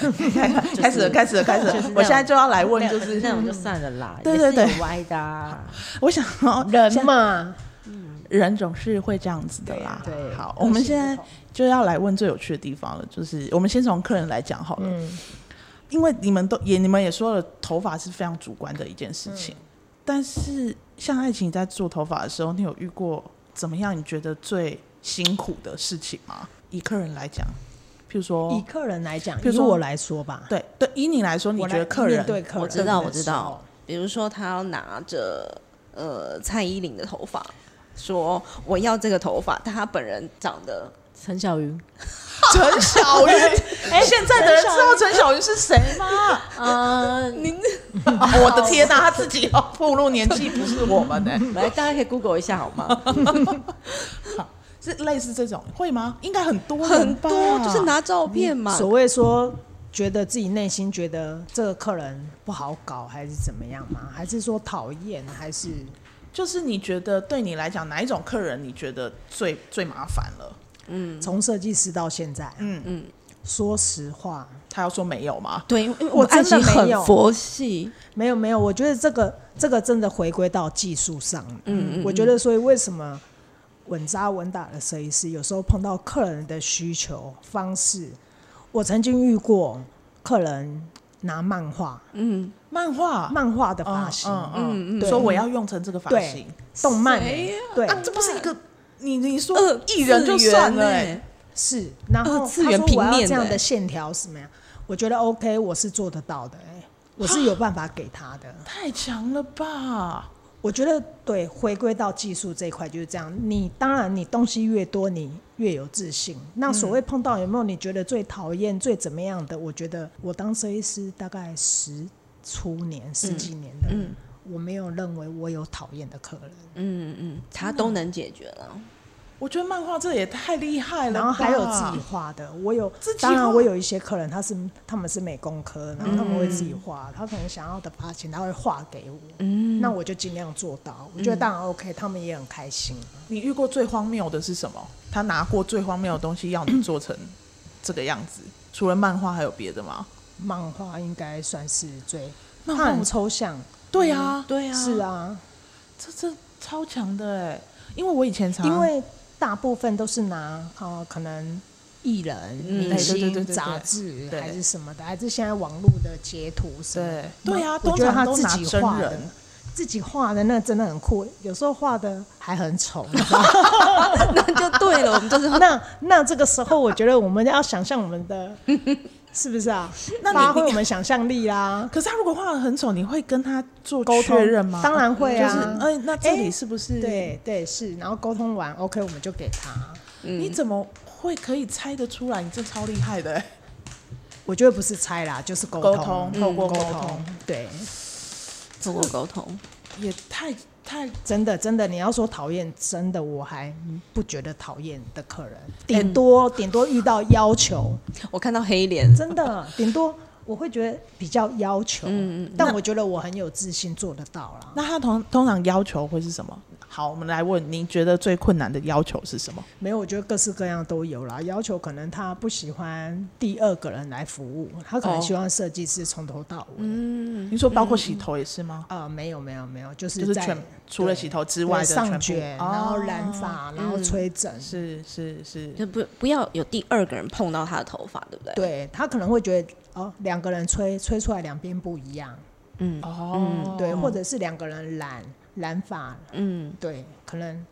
S2: 开始了，开始了，开始了！
S4: 就是那种
S2: 我现在就要来问，就
S4: 就是
S2: 是嗯
S4: 那种就算了啦，
S2: 对对对
S4: 也是有歪的、啊，
S2: (laughs) 我想要
S3: 人嘛，
S2: 人总是会这样子的啦。
S4: 对啊
S2: 好，我们现在就要来问最有趣的地方了，就是我们先从客人来讲好了，
S3: 嗯，
S2: 因为你们都也你们也说了，头发是非常主观的一件事情。但是像爱情在做头发的时候，你有遇过怎么样你觉得最辛苦的事情吗？以客人来讲，譬如
S3: 以
S2: 说，
S3: 客人来讲，
S2: 比如
S3: 以
S2: 说
S3: 我来说吧，
S2: 对对，以你来说，你
S3: 我
S2: 觉
S3: 来
S2: 得客人
S3: 面对客人，
S5: 我知道，我知道。。比如说，他要拿着呃蔡依林的头发，说我要这个头发，但他本人长得
S4: 陈小云，
S2: 陈小云，现在的人知道陈小云是谁吗？ (laughs)
S4: 嗯、
S2: 哦我的天哪，他自己要步入年纪，不是我们呢、欸
S4: 来大家可以 Google 一下好吗？
S2: 是类似这种会吗？应该很多
S5: 很
S2: 人吧
S5: 多，就是拿照片嘛，
S3: 所谓说，觉得自己内心觉得这个客人不好搞，还是怎么样吗？还是说讨厌，还是
S2: 就是你觉得对你来讲哪一种客人你觉得最最麻烦了？
S3: 嗯，从设计师到现在，嗯嗯，说实话，
S2: 他要说没有吗？
S5: 对，因为因为
S3: 我
S5: 爱
S3: 真的
S5: 情
S3: 没有
S5: 很佛系，
S3: 没有没有，我觉得这个这个真的回归到技术上了。嗯我觉得所以为什么稳扎稳打的设计师有时候碰到客人的需求方式，我曾经遇过客人拿漫画
S5: 嗯，
S2: 漫画
S3: 漫画的发型，
S2: 嗯嗯嗯，
S3: 对
S2: 说我要用成这个发
S3: 对
S2: 型，
S3: 动漫
S5: 谁呀
S3: 对、
S2: 啊，这不是一个你你说
S5: 二
S2: 艺人就算了、
S5: 哎、
S2: 欸，
S3: 是，然后
S5: 二次
S3: 他
S5: 元
S3: 说
S5: 哦平
S3: 我要
S5: 面
S3: 这
S5: 的
S3: 样
S5: 欸
S3: 的线条什么呀？我觉得 OK，我是做得到的、欸，我
S5: 啊
S3: 是有办法给他的。
S2: 太强了吧？
S3: 我觉得对，回归到技术这一块就是这样。你当然你东西越多，你越有自信。
S5: 嗯
S3: 那所谓碰到有没有你觉得最讨厌、最怎么样的？我觉得我当设计师大概十出年、十几年的，我没有认为我有讨厌的客人。
S5: 嗯嗯，他都能解决了。
S2: 我觉得漫画这也太厉害了吧，
S3: 然后还有自己画的，我有
S2: 自己画
S3: 当然我有一些客人，他是他们是美工科，然后他
S2: 嗯
S3: 们会自己画，他可能想要的发型他会画给我，
S2: 嗯
S3: 那我就尽量做到。我觉得当然 OK，他们也很开心。
S2: 你遇过最荒谬的是什么？他拿过最荒谬的东西要你做成这个样 (coughs) 子，除了漫画还有别的吗？
S3: 漫画应该算是最，
S2: 漫
S3: 它
S2: 画
S3: 很抽象，
S2: 对啊，
S5: 对啊，
S3: 是，啊，
S2: 这这超强的哎、因为我以前常
S3: 因为大部分都是拿呃可能艺人、
S5: 嗯
S3: 明
S2: 对对对对
S3: 星、
S2: 对
S3: 杂志
S2: 对
S3: 还是什么的，还是现在网络的截图什么的
S2: 对对啊，
S3: 我
S2: 通
S3: 觉得
S2: 常
S3: 他
S2: 都
S3: 自
S2: 拿
S3: 己
S2: 真
S3: 画的
S2: 人，，
S3: 自己画的那真的很酷，有时候画的还很丑。
S2: (laughs)
S5: 那
S3: (laughs)
S5: 就对了，我们就是
S3: 那那这个时候，我觉得我们要想象我
S2: (laughs)
S3: 们的，是不是啊？发挥我们想象
S2: (laughs)
S3: 力啊，
S2: 可是他如果画的很丑，你会跟他做
S3: 沟通
S2: 确认吗？
S3: 当然会啊
S2: 就是嗯哎、那这里
S3: 哎
S2: 是不是？，
S3: 对对是，然后沟通完 OK，我们就给他。
S2: 你怎么会可以猜得出来？你这超厉害
S3: 嗯
S2: 的、欸，
S3: 我觉得不是猜啦，就是沟
S2: 沟
S3: 通嗯
S2: 通，透过
S3: 沟
S2: 沟通，
S3: 对，
S5: 透过沟通，
S2: 也太太
S3: 真的真的，你要说讨厌，真的我还不觉得讨厌的客人，
S2: 嗯
S3: 顶多顶多遇到要求，
S5: 我看到黑脸，
S3: 真
S2: (laughs)
S3: 的，顶多我会觉得比较要
S2: 嗯
S3: 求，但我觉得我很有自信做得到啦。
S2: 那他通通常要求会是什么？好，我们来问，您觉得最困难的要求是什么？
S3: 没有，我觉得各式各样都有啦。要求可能他不喜欢第二个人来服务，他可能
S5: 哦
S3: 希望设计师从头到尾。
S5: 嗯，
S2: 您说包括洗头也是吗？
S3: 啊、没有没有没有，就是
S2: 就是
S3: 嗯在
S2: 全除了洗头之
S3: 对
S2: 外的
S3: 上
S2: 全
S3: 卷，
S2: 部，
S3: 然后
S2: 哦
S3: 染发，然后吹整，
S2: 是是是，
S5: 就不不要有第二个人碰到他的头发，对不对？，
S3: 对他可能会觉得哦，两个人吹吹出来两边不一样，
S5: 嗯
S2: 哦，
S3: 对，或者是两个人染染发，
S5: 嗯，
S3: 对，可能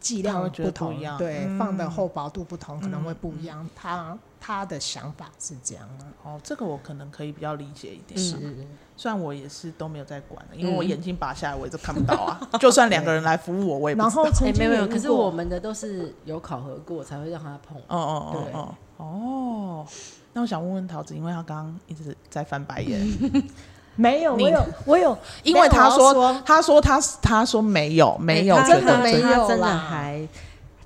S3: 剂
S2: 他会
S3: 量
S2: 觉得
S3: 不
S2: 不
S3: 同，
S2: 一样
S3: 对，
S2: 嗯
S3: 放的厚薄度不同，可能会不一样。他他的想法是这样啊，
S2: 哦，这个我可能可以比较理解一
S5: 嗯
S2: 点。
S3: 是
S2: 虽然我也是都没有在管，因为
S3: 嗯
S2: 我眼睛拔下来，我也是看不到
S3: (laughs)
S2: 啊。就算两个人来服务我，我也不
S3: 然
S2: 知道。
S3: 后曾
S4: 哎，没
S3: 经
S4: 有没有，
S3: 也遇
S4: 可是
S3: 过
S4: 我们的都是有考核过才会让他碰。
S2: 哦哦哦哦哦，那我想问问桃子，因为她刚刚一直在翻白
S3: (laughs)
S2: 眼，
S3: 没有，
S2: 你
S3: 我有
S4: (laughs)
S3: 我有，
S2: 因为她
S3: 他
S2: 说她说她她说没有没哎有
S4: 他
S2: 这
S3: 真的
S2: 个
S3: 没有
S4: 他真的
S3: 啦
S4: 还，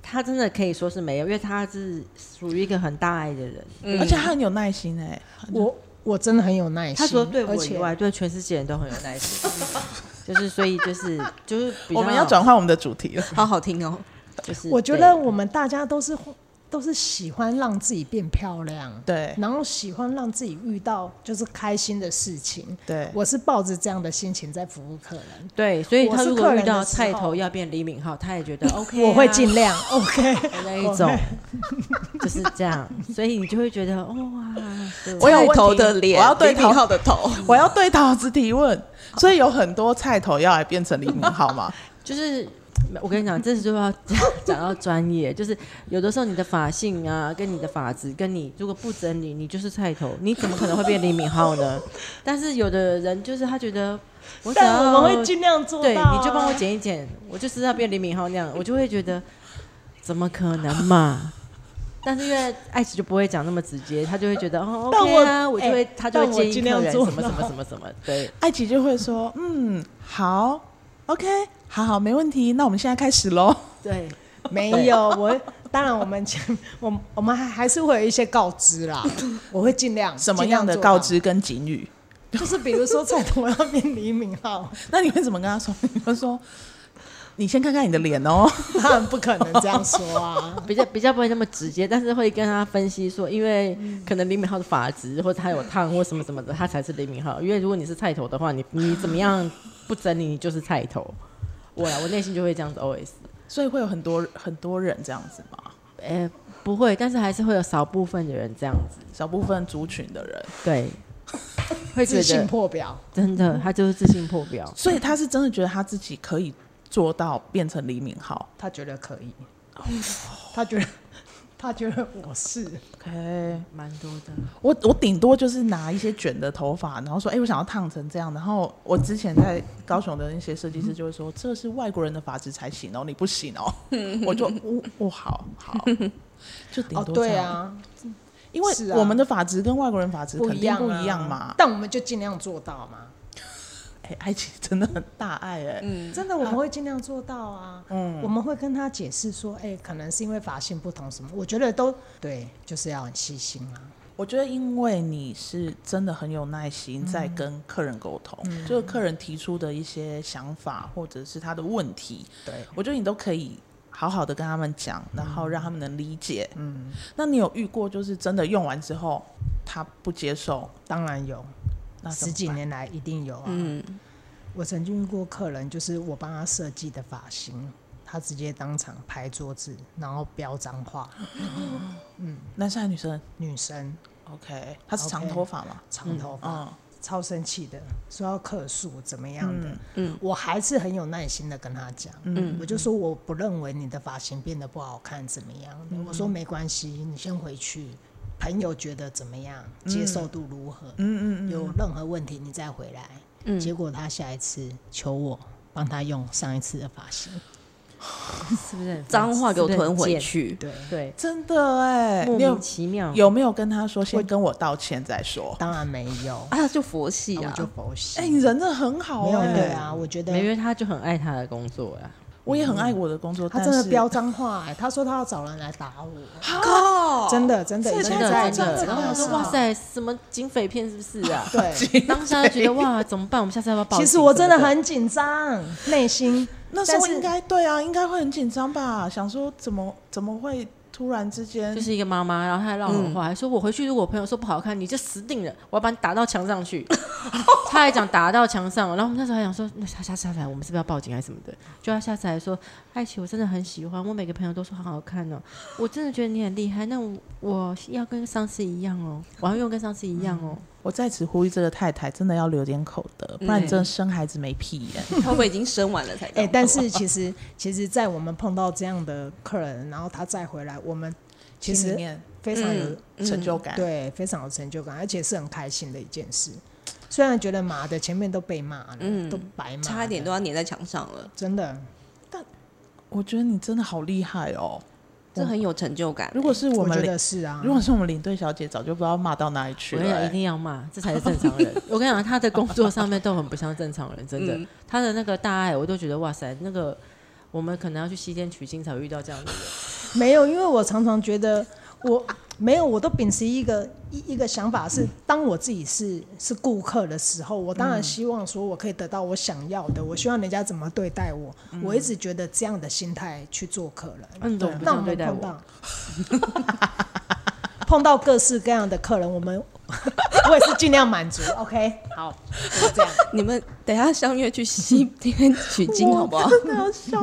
S4: 他真的可以说是没有，因为他是属于一个很大爱的人。
S5: 嗯
S2: 而且他很有耐心哎、
S3: 我我真的很有耐心，
S4: 他除了对
S3: 而
S4: 我以
S3: 且
S4: 外，对全世界人都很有耐心。就是所以就是就是比较
S2: 我们要转换我们的主题了。
S5: 好好听哦，
S4: 就是
S3: 我觉
S4: 对
S3: 得我们大家都是都是喜欢让自己变漂亮，
S2: 对
S3: 然后喜欢让自己遇到就是开心的事情。
S2: 对，
S3: 我是抱着这样的心情在服务客人，
S4: 对，所以
S3: 我
S4: 他
S3: 是
S4: 如
S3: 客
S4: 果遇
S3: 人的
S4: 到
S3: 时
S4: 菜
S3: 候
S4: 头要变李敏镐，他也
S3: (laughs)
S4: 觉得 OK，
S3: 我会
S4: 啊
S3: 尽
S4: (laughs)
S3: 量 OK。
S4: 那一
S3: (laughs)
S4: 种，就是这样，所以你就会觉得哦哇，对
S2: 我有问题
S5: 菜头的脸，
S2: 我要对
S5: 李
S2: 头
S5: 敏镐的
S2: (laughs)
S5: 头，
S2: (laughs) 我要对桃子提问，所以有很多菜头要来变成李敏镐
S3: (laughs)
S2: 吗？
S4: 就是。我跟你讲，这就要讲到专业，就是有的时候你的发性啊，跟你的发质，跟你如果不整理，你就是菜头，你怎么可能会变李敏镐呢？但是有的人就是他觉得，我只
S3: 但我
S4: 要
S3: 们会尽量做到、啊
S4: 对，你就帮我。剪一剪，我就是要变李敏镐那样，我就会觉得怎么可能嘛？但是因为艾奇就不会讲那么直接，他就会觉得哦
S3: 但
S4: ，OK 啊，
S3: 我
S4: 我就会、
S3: 哎
S4: 他就会
S3: 但我
S4: 建议
S3: 尽
S4: 客
S3: 量
S4: 人
S3: 做
S4: 什么
S3: 到
S4: 什么什么什么，对，
S2: 艾奇就会说，嗯，好，OK，好好，没问题，那我们现在开始喽。
S4: 对，
S3: 没有，我当然我们前我我们还还是会有一些告知
S4: (laughs)
S3: 啦，我会尽量
S2: 什么
S3: 尽量
S2: 样的
S3: 做到
S2: 告知跟警语？
S3: 就是比如说菜头要变李敏镐，
S2: (laughs) 那你会怎么跟他说？你会说，你先看看你的脸哦。
S3: (laughs) 当然不可能这样说啊。
S4: 比较比较不会那么直接，但是会跟他分析说，因为可能李敏镐的发质或者他有烫或什么什么的，他才是李敏镐。因为如果你是菜头的话，你你怎么样不整理，你就是菜头。我啊啦，我内心就会这样子 OS。
S2: (laughs) 所以会有很多很多人这样子嘛，
S4: 哎、不会，但是还是会有少部分的人这样子，
S2: 小部分族群的人，
S4: 对，会觉
S3: 自信
S4: 得
S3: 破表，
S4: 真的他就是自信破表。
S2: 所以他是真的觉得他自己可以做到变成李敏镐。
S3: 他觉得可以，他觉得 (laughs) 他觉得我是
S2: OK，
S4: 蛮多的，
S2: 我我顶多就是拿一些卷的头发，然后说，哎、我想要烫成这样。然后我之前在高雄的那些设计师就会说，这是外国人的发质才行哦，你不行哦。我就哦哦，好好， (laughs) 就顶
S3: 哦，
S2: 多、
S3: 对，啊，
S2: 因为
S3: 是啊
S2: 我们的发质跟外国人发质
S3: 不
S2: 肯
S3: 一
S2: 定
S3: 样
S2: 不
S3: 啊
S2: 一样嘛。
S3: 但我们就尽量做到嘛，
S2: 哎、爱情真的很大爱哎、
S3: 真的我们会尽量做到啊。
S2: 嗯
S3: 我们会跟他解释说，哎，可能是因为发型不同什么，我觉得都对，就是要很细心啊。
S2: 我觉得，因为你是真的很有耐心，
S3: 嗯
S2: 在跟客人沟通，就是客人提出的一些想法或者是他的问题，
S3: 对，
S2: 我觉得你都可以好好的跟他们讲，然
S3: 嗯
S2: 后让他们能理解。嗯，那你有遇过就是真的用完之后他不接受，
S3: 当然有，
S2: 那怎么
S3: 十几
S2: 办
S3: 年来一定有啊。
S5: 嗯，
S3: 我曾经遇过客人，就是我帮他设计的发型，他直接当场拍桌子，然后飙脏话。
S2: 男生还是女生
S3: 女生
S2: ？OK，他是
S3: OK
S2: 长头发嘛？
S3: 长头发，
S2: 嗯，
S3: 超生气的，说要客诉怎么样的。
S5: 嗯嗯
S3: 我还是很有耐心的跟他讲，
S5: 嗯
S3: 我就说我不认为你的发型变得不好看怎么样的，我说没关系，你先回去。朋友觉得怎么样？接受度如何？
S2: 嗯嗯嗯，
S3: 有任何问题你再回来。
S5: 嗯
S3: 结果他下一次求我帮他用上一次的发型，
S4: 是不是很烦
S5: 脏话给我
S4: 是不是
S5: 吞
S4: 很
S5: 回
S4: 贱？
S5: 去。
S3: 对，
S4: 对，
S2: 真的哎、
S4: 莫
S2: 你有
S4: 名其妙。
S2: 有没有跟他说先跟我道歉再说？
S3: 当然没有，啊
S5: 啊，就佛系
S3: 我
S5: 啊，
S3: 就佛系。
S2: 哎、你人真的很好
S3: 没有
S2: 哎、
S3: 对啊，我觉
S4: 没因
S3: 得
S4: 为他就很爱他的工作啊呀。
S2: 我也很爱我的工作，
S3: 他
S2: 但
S3: 真的
S2: 是
S3: 飙脏话、哎，他说他要找人来打
S2: (laughs)
S3: 我，
S2: 哦
S5: 靠，
S3: 真的真的
S2: 这也
S3: 已经
S4: 真
S2: 太
S3: 在
S4: 的
S2: 夸张
S4: 真
S2: 了
S4: 的，然后我想
S2: 是
S4: 说
S2: 啊
S4: 哇，塞，什么警匪片是不是啊？
S3: (laughs) 对。
S4: 当下就觉得哇，怎么办？我们下次要不要报
S3: 其
S4: 警？
S3: 实我真的
S4: 的
S3: 很紧张，
S2: (laughs)
S3: 内心
S2: 那时候
S3: 但是
S2: 应该对啊，应该会很紧张吧？想说怎么怎么会突然之间
S4: 就是一个妈妈，然后她还唠狠
S3: 嗯
S4: 话，还说我回去如果我朋友说不好看，你就死定了，我要把你打到墙
S3: (laughs)
S4: 上去。她还讲打到墙上，然后我们那时候还想说，那下下次来我们是不是要报警还是什么的？就她下次还说，艾琪我真的很喜欢，我每个朋友都说好好看哦，我真的觉得你很厉害，那我我要跟上次一样哦，我要用跟上次一样哦。
S2: 我在此呼吁这个太太真的要留点口德，
S4: 嗯
S2: 不然你真的生孩子没屁眼。
S5: 会不会已经生完了才？
S3: 哎、但是其实其实，在我们碰到这样的客人，然后他再回来，我们 (laughs) 其
S2: 心里
S3: 实
S2: 面嗯
S3: 非常有、
S5: 嗯
S2: 成就感，
S3: 对非常有成就感，而且是很开心的一件事。虽然觉得妈的前面都被骂了，
S5: 嗯
S3: 都白骂了，
S5: 差一点都要粘在墙上了，
S3: 真的
S2: 我觉得你真的好厉害哦。
S5: 这很有成就
S2: (laughs)
S5: 感。
S2: 如果是我
S3: 哎我
S2: 们
S3: 觉
S2: 领
S3: 得，是啊，
S2: 如果是我们领队小姐，早就不知道骂到哪里去
S4: 我
S2: 了、
S4: 跟你讲，一
S2: 哎
S4: 定要骂，这才是正常人。我跟你讲，他的工作上面都很不像正常人，真的。
S5: 嗯
S4: 他的那个大爱，我都觉得哇塞，那个我们可能要去西天取经才会遇到这样的人。
S3: 没有，因为我常常觉得我没有，我都秉持一个一一个想法是，当我自己是是顾客的时候，我当然希望说我可以得到我想要的，我希望人家怎么对待我，我一直觉得这样的心态去做客人。
S4: 啊你怎么不这
S3: 那我
S4: 样嗯
S3: 们碰
S4: 对待我？
S3: 到碰到各式各样的客人，我们 (laughs) 我也是尽量满足。OK，好，就这样。
S5: 你们等一下相约去西天取经好不好？
S2: 真的要笑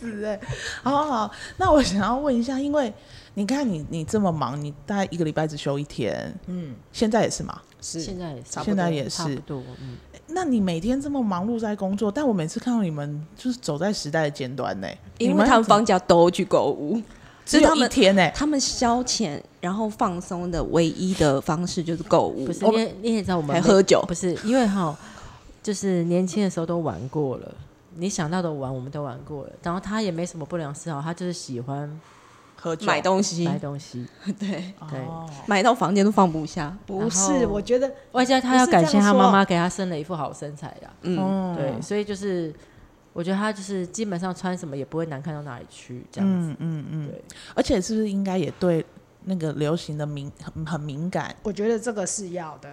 S2: 死哎、好好好，那我想要问一下，因为你看你你这么忙，你大概一个礼拜只休一天，
S3: 嗯，
S2: 现在也是嘛？
S4: 现在也是，
S2: 现在也
S4: 差不
S2: 是。
S4: 多，嗯，
S2: 那你每天这么忙碌在工作，但我每次看到你们就是走在时代的尖端呢、
S5: 因
S2: 你
S5: 为他们
S2: 怎么
S5: 放假都去购物，
S2: 只
S5: 是
S2: 有
S5: 他
S2: 一
S5: 们 (laughs)
S2: 天呢、
S5: 他们消遣然后放松的唯一的方式就是购物，
S4: 不是，
S5: 我
S4: 你也你也知道我们
S5: 还
S4: 每
S5: 喝酒
S4: 不是因为哈，就是年轻的时候都玩过了，你想到的玩我们都玩过了，然后他也没什么不良嗜好，他就是喜欢
S2: 喝酒
S5: 买东西
S4: 买，东西，
S5: 对，
S4: 对，
S2: 哦
S5: 买到房间都放不下。
S3: 不
S4: 然
S3: 是，
S4: 后
S3: 我觉得
S4: 外加他要
S3: 不是这样
S4: 感谢他妈
S3: 说
S4: 妈给他生了一副好身材啊呀。
S5: 嗯，
S2: 哦
S4: 对，所以就是我觉得他就是基本上穿什么也不会难看到哪里去，这样子。
S2: 嗯嗯嗯
S4: 对，
S2: 而且是不是应该也对那个流行的敏很很敏感？
S3: 我觉得这个是要的，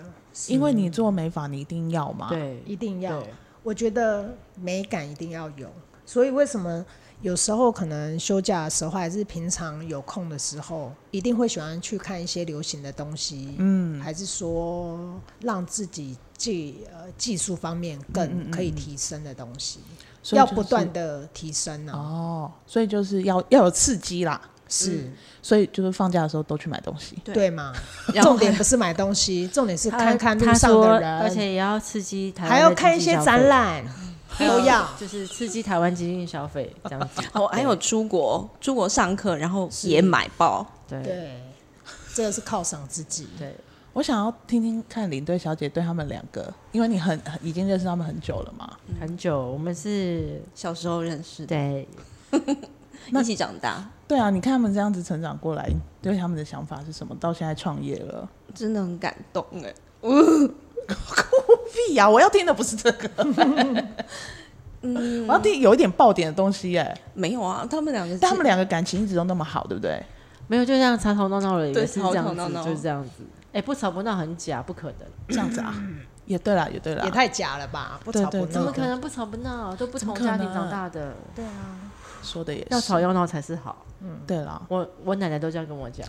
S2: 因为你做美发，你一定要嘛。，
S4: 对，
S3: 一定要
S4: 对。
S3: 我觉得美感一定要有，所以为什么有时候可能休假的时候，还是平常有空的时候，一定会喜欢去看一些流行的东西，嗯，还是说让自己技呃技术方面
S2: 嗯
S3: 更可以提升的东西，
S2: 所以
S3: 要
S2: 就
S3: 不
S2: 是
S3: 断的提升呢、
S2: 哦，所以就是要要有刺激啦。
S3: 是、
S4: 嗯
S2: 所以就是放假的时候都去买东西。
S5: 对
S3: 对
S4: (laughs)
S3: 嘛？
S5: 然后。
S3: 重点不是买东西，重点是
S4: 他
S3: 看看路
S4: 他
S3: 上
S4: 说
S3: 的，人，
S4: 而且也要刺激台湾，
S3: 还要看一些展，
S4: (laughs)
S3: 览，
S4: 还
S3: 都
S4: 有
S3: 要。
S4: 嗯就是刺激台湾经济消费这样子
S5: 哦，还有出国，出国上课，然后也买爆，
S4: 对
S3: 对，这个是犒赏自己。
S4: 对，
S2: 我想要听听看领队小姐对他们两个，因为你很很已经认识他们很久了嘛。
S4: 很久我们是
S5: 小时候认识的，
S4: 对
S5: 一起长大，
S2: 对啊，你看他们这样子成长过来，你对他们的想法是什么？到现在创业了，
S5: 真的很感动哎。
S2: 屁呀、我要听的不是这个，我要听有一点爆点的东西哎、
S5: 没有啊，他们两个是，
S2: 但他们两个感情一直都那么好，对不对？
S4: 没有就这样吵吵闹闹了，也
S5: 对
S4: 是这
S5: 吵吵
S4: 样
S5: 闹闹
S4: 子，就是这样子。哎，不吵不闹很假，不可能，
S2: 这样子啊，也对啦，也对啦
S3: 也。太假了吧！不
S2: 对
S3: 吵
S2: 啊对
S3: 不
S2: 对
S4: 怎么
S3: 闹
S4: 可，能不吵不闹？都不同
S2: 怎么可
S4: 家
S2: 能
S4: 庭长大的，
S2: 说的也
S4: 要
S2: 是，
S4: 吵要闹才是好。
S2: 对啦，
S4: 我我奶奶都这样跟我讲，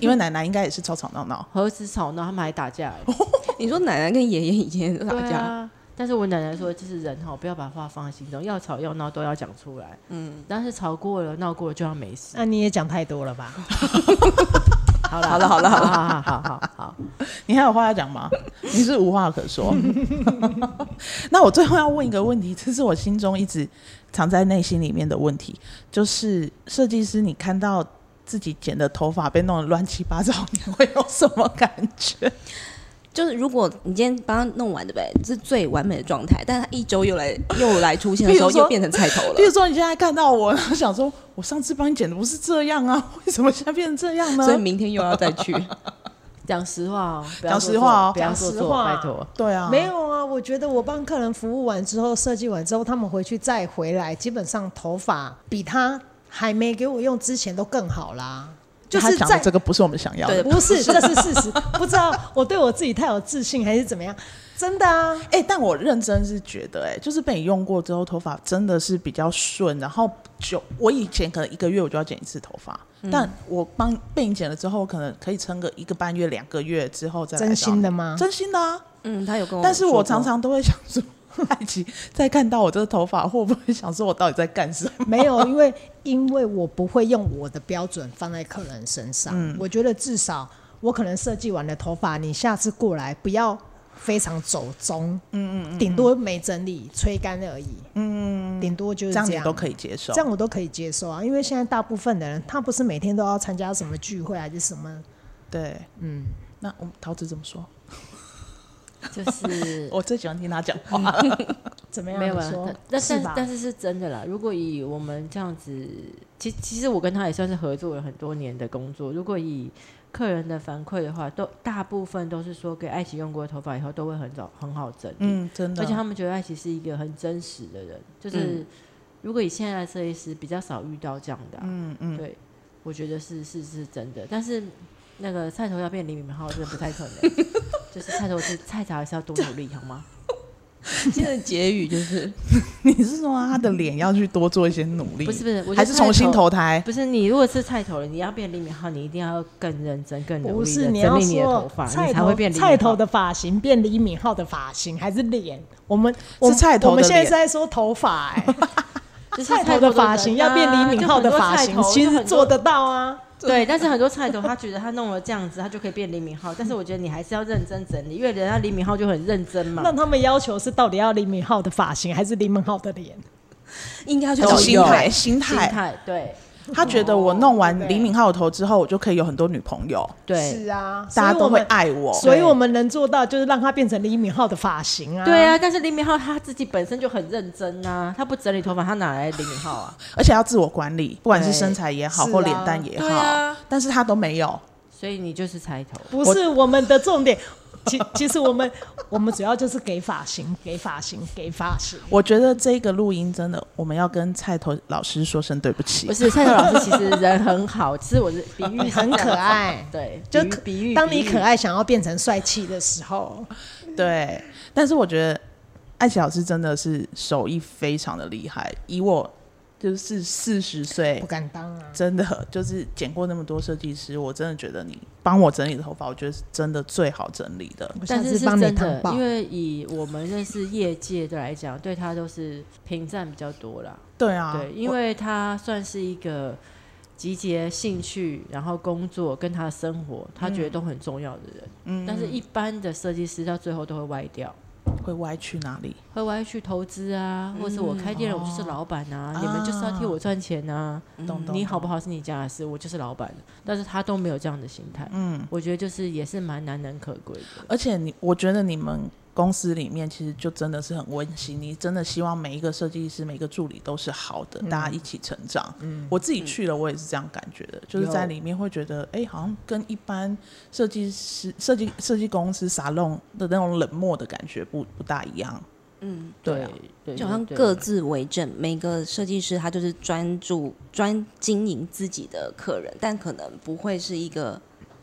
S2: 因为奶奶应该也是吵吵闹闹。
S4: 何止吵闹，他们还打架。哎
S5: 你说奶奶跟爷爷以前打
S4: 对
S5: 架，
S4: 啊。但是我奶奶说，就是人哈，不要把话放在心中，要吵要闹都要讲出来。嗯，但是吵过了、闹过了就要没事。
S3: 那你也讲太多了吧？
S4: 好了，好了，好了，好好好好好。
S2: 你还有话要讲吗？你是无话可说。 (laughs) 那我最后要问一个问题，这是我心中一直藏在内心里面的问题，就是设计师，你看到自己剪的头发被弄得乱七八糟， (laughs) 你会有什么感觉？
S5: 就是如果你今天帮他弄完，对不对？这是最完美的状态，但是他一周又来又来出现的时候，
S2: 比如说
S5: 又变成菜头了
S2: 比。如说，你现在看到我，然后想说，我上次帮你剪的不是这样啊，为什么现在变成这样呢
S5: 所？以明天又要再
S2: (laughs)
S5: 去，
S4: 讲实话哦，不要
S2: 讲
S4: 做
S2: 实话
S4: 作
S2: 哦
S4: 不要做
S3: 讲实
S4: 作，
S3: 话
S4: 拜托。
S2: 对啊，
S3: 没有啊，我觉得我帮客人服务完之后，设计完之后，他们回去再回来，基本上头发比他还没给我用之前都更好啦。就
S2: 哎他
S3: 是
S2: 讲的
S3: 在
S2: 这个不是我们想要的
S5: 对。
S3: 不是，这是事实。不知道我对我自己太有自信还是怎么样？真的啊，
S2: 哎、但我认真是觉得、哎，就是被你用过之后，头发真的是比较顺。然后久，我以前可能一个月我就要剪一次头发，
S3: 嗯
S2: 但我帮被你剪了之后，可能可以撑个一个半月、两个月之后再来
S3: 真
S2: 找
S3: 心
S2: 你
S3: 的哦吗？
S2: 真心的啊！
S5: 嗯，他有跟我，
S2: 但是我常，常都会想说， (laughs) 艾奇再看到我这个头发，会不会想说我到底在干什么？
S3: 没有，因为因为我不会用我的标准放在客人身上。我觉得至少我可能设计完的头发，你下次过来不要非常走中，嗯嗯顶多没整理，吹干而已，嗯，顶多就是
S2: 这
S3: 这
S2: 样
S3: 样。
S2: 你都可以接受
S3: 这。样我都可以接受啊，因为现在大部分的人，他不是每天都要参加什么聚会还是什么，
S2: 对，
S3: 嗯，
S2: 那我们桃子怎么说？
S4: 就是
S2: 我最喜欢听他讲话。
S3: (laughs) 怎么样
S4: 没有啊
S3: 说？
S4: 但
S3: 是
S4: 但
S3: 吧？
S4: 但是是真的啦。如果以我们这样子，其其实我跟他也算是合作了很多年的工作。如果以客人的反馈的话，都大部分都是说给艾奇用过的头发以后都会很早很好整理，
S2: 嗯，真的
S4: 而且。他们觉得艾奇是一个很真实的人。就是、如果以现在的设计师比较少遇到这样的啊、
S2: 嗯嗯，
S4: 对，我觉得是是是真的，但是那个菜头要变李敏镐真的不太可能，就是菜头是菜头还是要多努力好吗？
S5: 今天的结语就是，
S2: 你是说他的脸要去多做一些努力？
S4: 不是不是，我觉得
S2: 还是
S4: 菜
S2: 重新。投胎？
S4: 不是你，如果是菜头了，你要变李敏镐，你一定要更认真、更努
S3: 不
S4: 力
S3: 是
S4: 的
S3: 你要
S4: 整理你的头
S3: 说
S4: 发，
S3: 菜
S4: 你才会变李敏镐
S3: 菜头的发型变李敏镐的发型，还是脸？我们我们
S2: 菜头的
S3: 我们现在
S2: 脸
S3: 是在说头发、哎，
S4: (laughs) 就是
S3: 菜头
S4: 头
S3: 的发型
S4: 人啊
S3: 要变李敏镐的发
S4: 就
S3: 型，
S4: 很多菜头
S3: 其
S4: 就
S3: 实
S4: 很多
S3: 做得到啊。
S4: (laughs) 对，但是很多菜头他觉得他弄了这样子，他就可以变李敏 (laughs) 镐，但是我觉得你还是要认真整理，因为人家李敏镐就很认真嘛
S3: 那。他们要求是到底要李敏镐的发型，还是李敏镐的脸？
S5: 应该要去
S2: 这
S5: 找
S2: 种哦心
S5: 有，
S2: 态，
S5: 欸
S2: 心
S4: 心
S2: 态。
S4: 态对
S2: 他觉得我弄完
S3: 对
S2: 李敏镐的头之后，我就可以有很多女朋友，
S4: 对，
S3: 是啊，
S2: 大家都会
S3: 所以我们。
S2: 爱我。
S3: 所以我们能做到就是让它变成李敏镐的发型啊。
S4: 对，啊，但是李敏镐他自己本身就很认真啊，他不整理头发，他哪来李敏镐 (laughs) 啊？
S2: 而且要自我管理，不管是身材也好，
S3: 是啊
S2: 或脸蛋也
S5: 对
S2: 好
S5: 啊，
S2: 但是他都没有。
S4: 所以你就是菜头，
S3: 不是我们的重点。其其实我们我们主要就是给发型，给发型，给发型。
S2: 我觉得这个录音真的，我们要跟菜头老师说声对不起
S4: 不。是菜头老师其实人很好，其实我是比喻是
S3: 很
S4: 这样
S3: 可
S4: 子
S3: 爱
S4: 对，
S3: 就
S4: 比喻
S3: 可
S4: 比喻，
S3: 当
S4: 比
S3: 你
S4: 喻嗯
S3: 可爱想要变成帅气的时候，
S2: 对，但是我觉得艾琪老师真的是手艺非常的厉害，以我就是四十岁
S3: 不，敢当啊。
S2: 真的就是剪过那么多设计师，我真的觉得你帮我整理的头发，我觉得是真的最好整理的。
S3: 我下
S4: 但
S3: 次
S4: 是是
S3: 帮你
S4: 真
S3: 烫
S4: 的，
S3: 爆
S4: 因。为以我们认识业界的来讲，对他都是评赞比较多啦。
S2: 对啊，
S4: 对，因为他算是一个集结兴趣，然后工作跟他的生活，他觉得都很重要的人。
S2: 嗯
S4: 但是一般的设计师到最后都会歪掉，
S2: 会歪去哪里？
S4: 会歪去投资啊，或是我开店了，我就是老板啊，你们就是要替我赚钱啊，
S2: 懂懂
S4: 你好不好是你家的事，我就是老板。但是他都没有这样的心态，嗯，我觉得就是也是蛮难能可贵的。
S2: 而且你，我觉得你们公司里面其实就真的是很温馨，你真的希望每一个设计师、每一个助理都是好的，大家一起成长。嗯，我自己去了，我也是这样感觉的，就是在里面会觉得，哎、好像跟一般设计师、设计设计公司沙龙的那种冷漠的感觉不不大一样。
S5: 嗯，
S2: 对啊，
S4: 对，
S5: 就好像
S4: 对
S5: 各自为政，每个设计师他就是专注专经营自己的客人，但可能不会是一个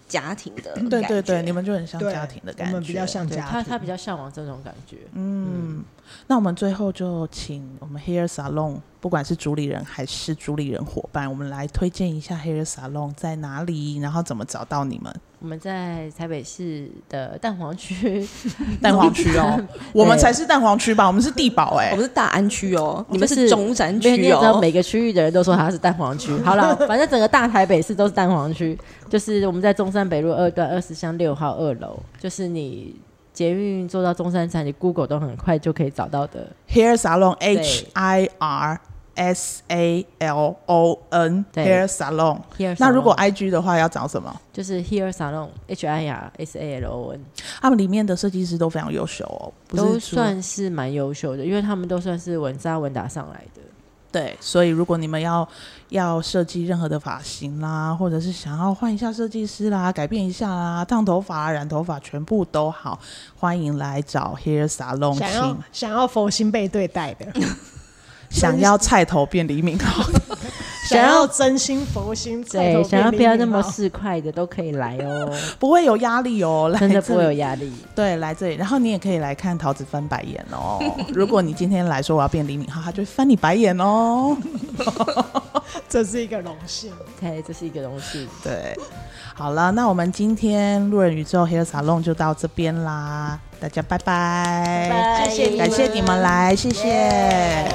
S5: 家庭的感觉。
S2: 嗯对对对，你们就很像
S3: 对
S2: 家庭的感
S3: 我
S2: 觉，
S3: 们比较像
S4: 对
S3: 家
S4: 他
S3: 庭。
S4: 他比较向往这种感觉，
S2: 嗯，那我们最后就请我们 Hair Salon，不管是主理人还是主理人伙伴，我们来推荐一下 Hair Salon 在哪里，然后怎么找到你们
S4: 我们在台北市的蛋黄区，
S2: 蛋黄区哦，我们才是蛋黄区吧，我们是地堡哎、
S5: 我们是大安区哦，你们
S4: 就是
S5: 中山
S4: 因为
S5: 区
S4: 你也知道
S5: 哦。
S4: 每个区域的人都说它是蛋
S2: (laughs)
S4: 黄区。好了，反正整个大台北市都是蛋黄区，就是我们在中山北路二段二十巷六号二楼，就是你捷运坐到中山站，你 Google 都很快就可以找到的。
S2: Hair Salon
S4: 对
S2: H I R S A L O N
S4: 对
S2: Hair Salon。
S4: Here
S2: 那
S4: Salon，
S2: 如果 I G 的话要找什么？
S4: 就是 Here Salon H I R S A L O N
S2: 他们里面的设计师都非常优秀哦，不是
S4: 都
S2: 除
S4: 算是蛮优秀的，因为他们都算是稳扎稳打上来的。
S2: 对，所以如果你们要要设计任何的发型啦，或者是想要换一下设计师啦、改变一下啦、烫头发、染头发，全部都好， (laughs) 欢迎来找 Hair Salon
S3: 想要
S2: 请。
S3: 想要佛心被对待
S4: (laughs)
S3: 的，
S2: 想要菜头变黎 (laughs) 明哦后，
S3: 想要真心佛心，菜头
S4: 对，
S3: 变
S4: 想要不要那么
S2: 哦
S3: 礼貌
S4: 市侩的都可以来
S2: (laughs)
S4: 哦，
S2: 不会有压力哦，来
S4: 真的不会
S2: 这
S4: 有
S2: 里。
S4: 压力。
S2: 对，来这里，然后你也可以来看桃子翻白眼哦。 (laughs) 如果你今天来说我要变黎明浩，他就会翻你白眼哦。
S3: 这是一个荣幸。
S4: 对，这是一个东西。
S2: 对，好了，那我们今天路人宇宙 Hair Salon 就到这边啦，大家拜拜
S3: 谢谢你们
S2: 感谢你们来，谢谢。
S3: 耶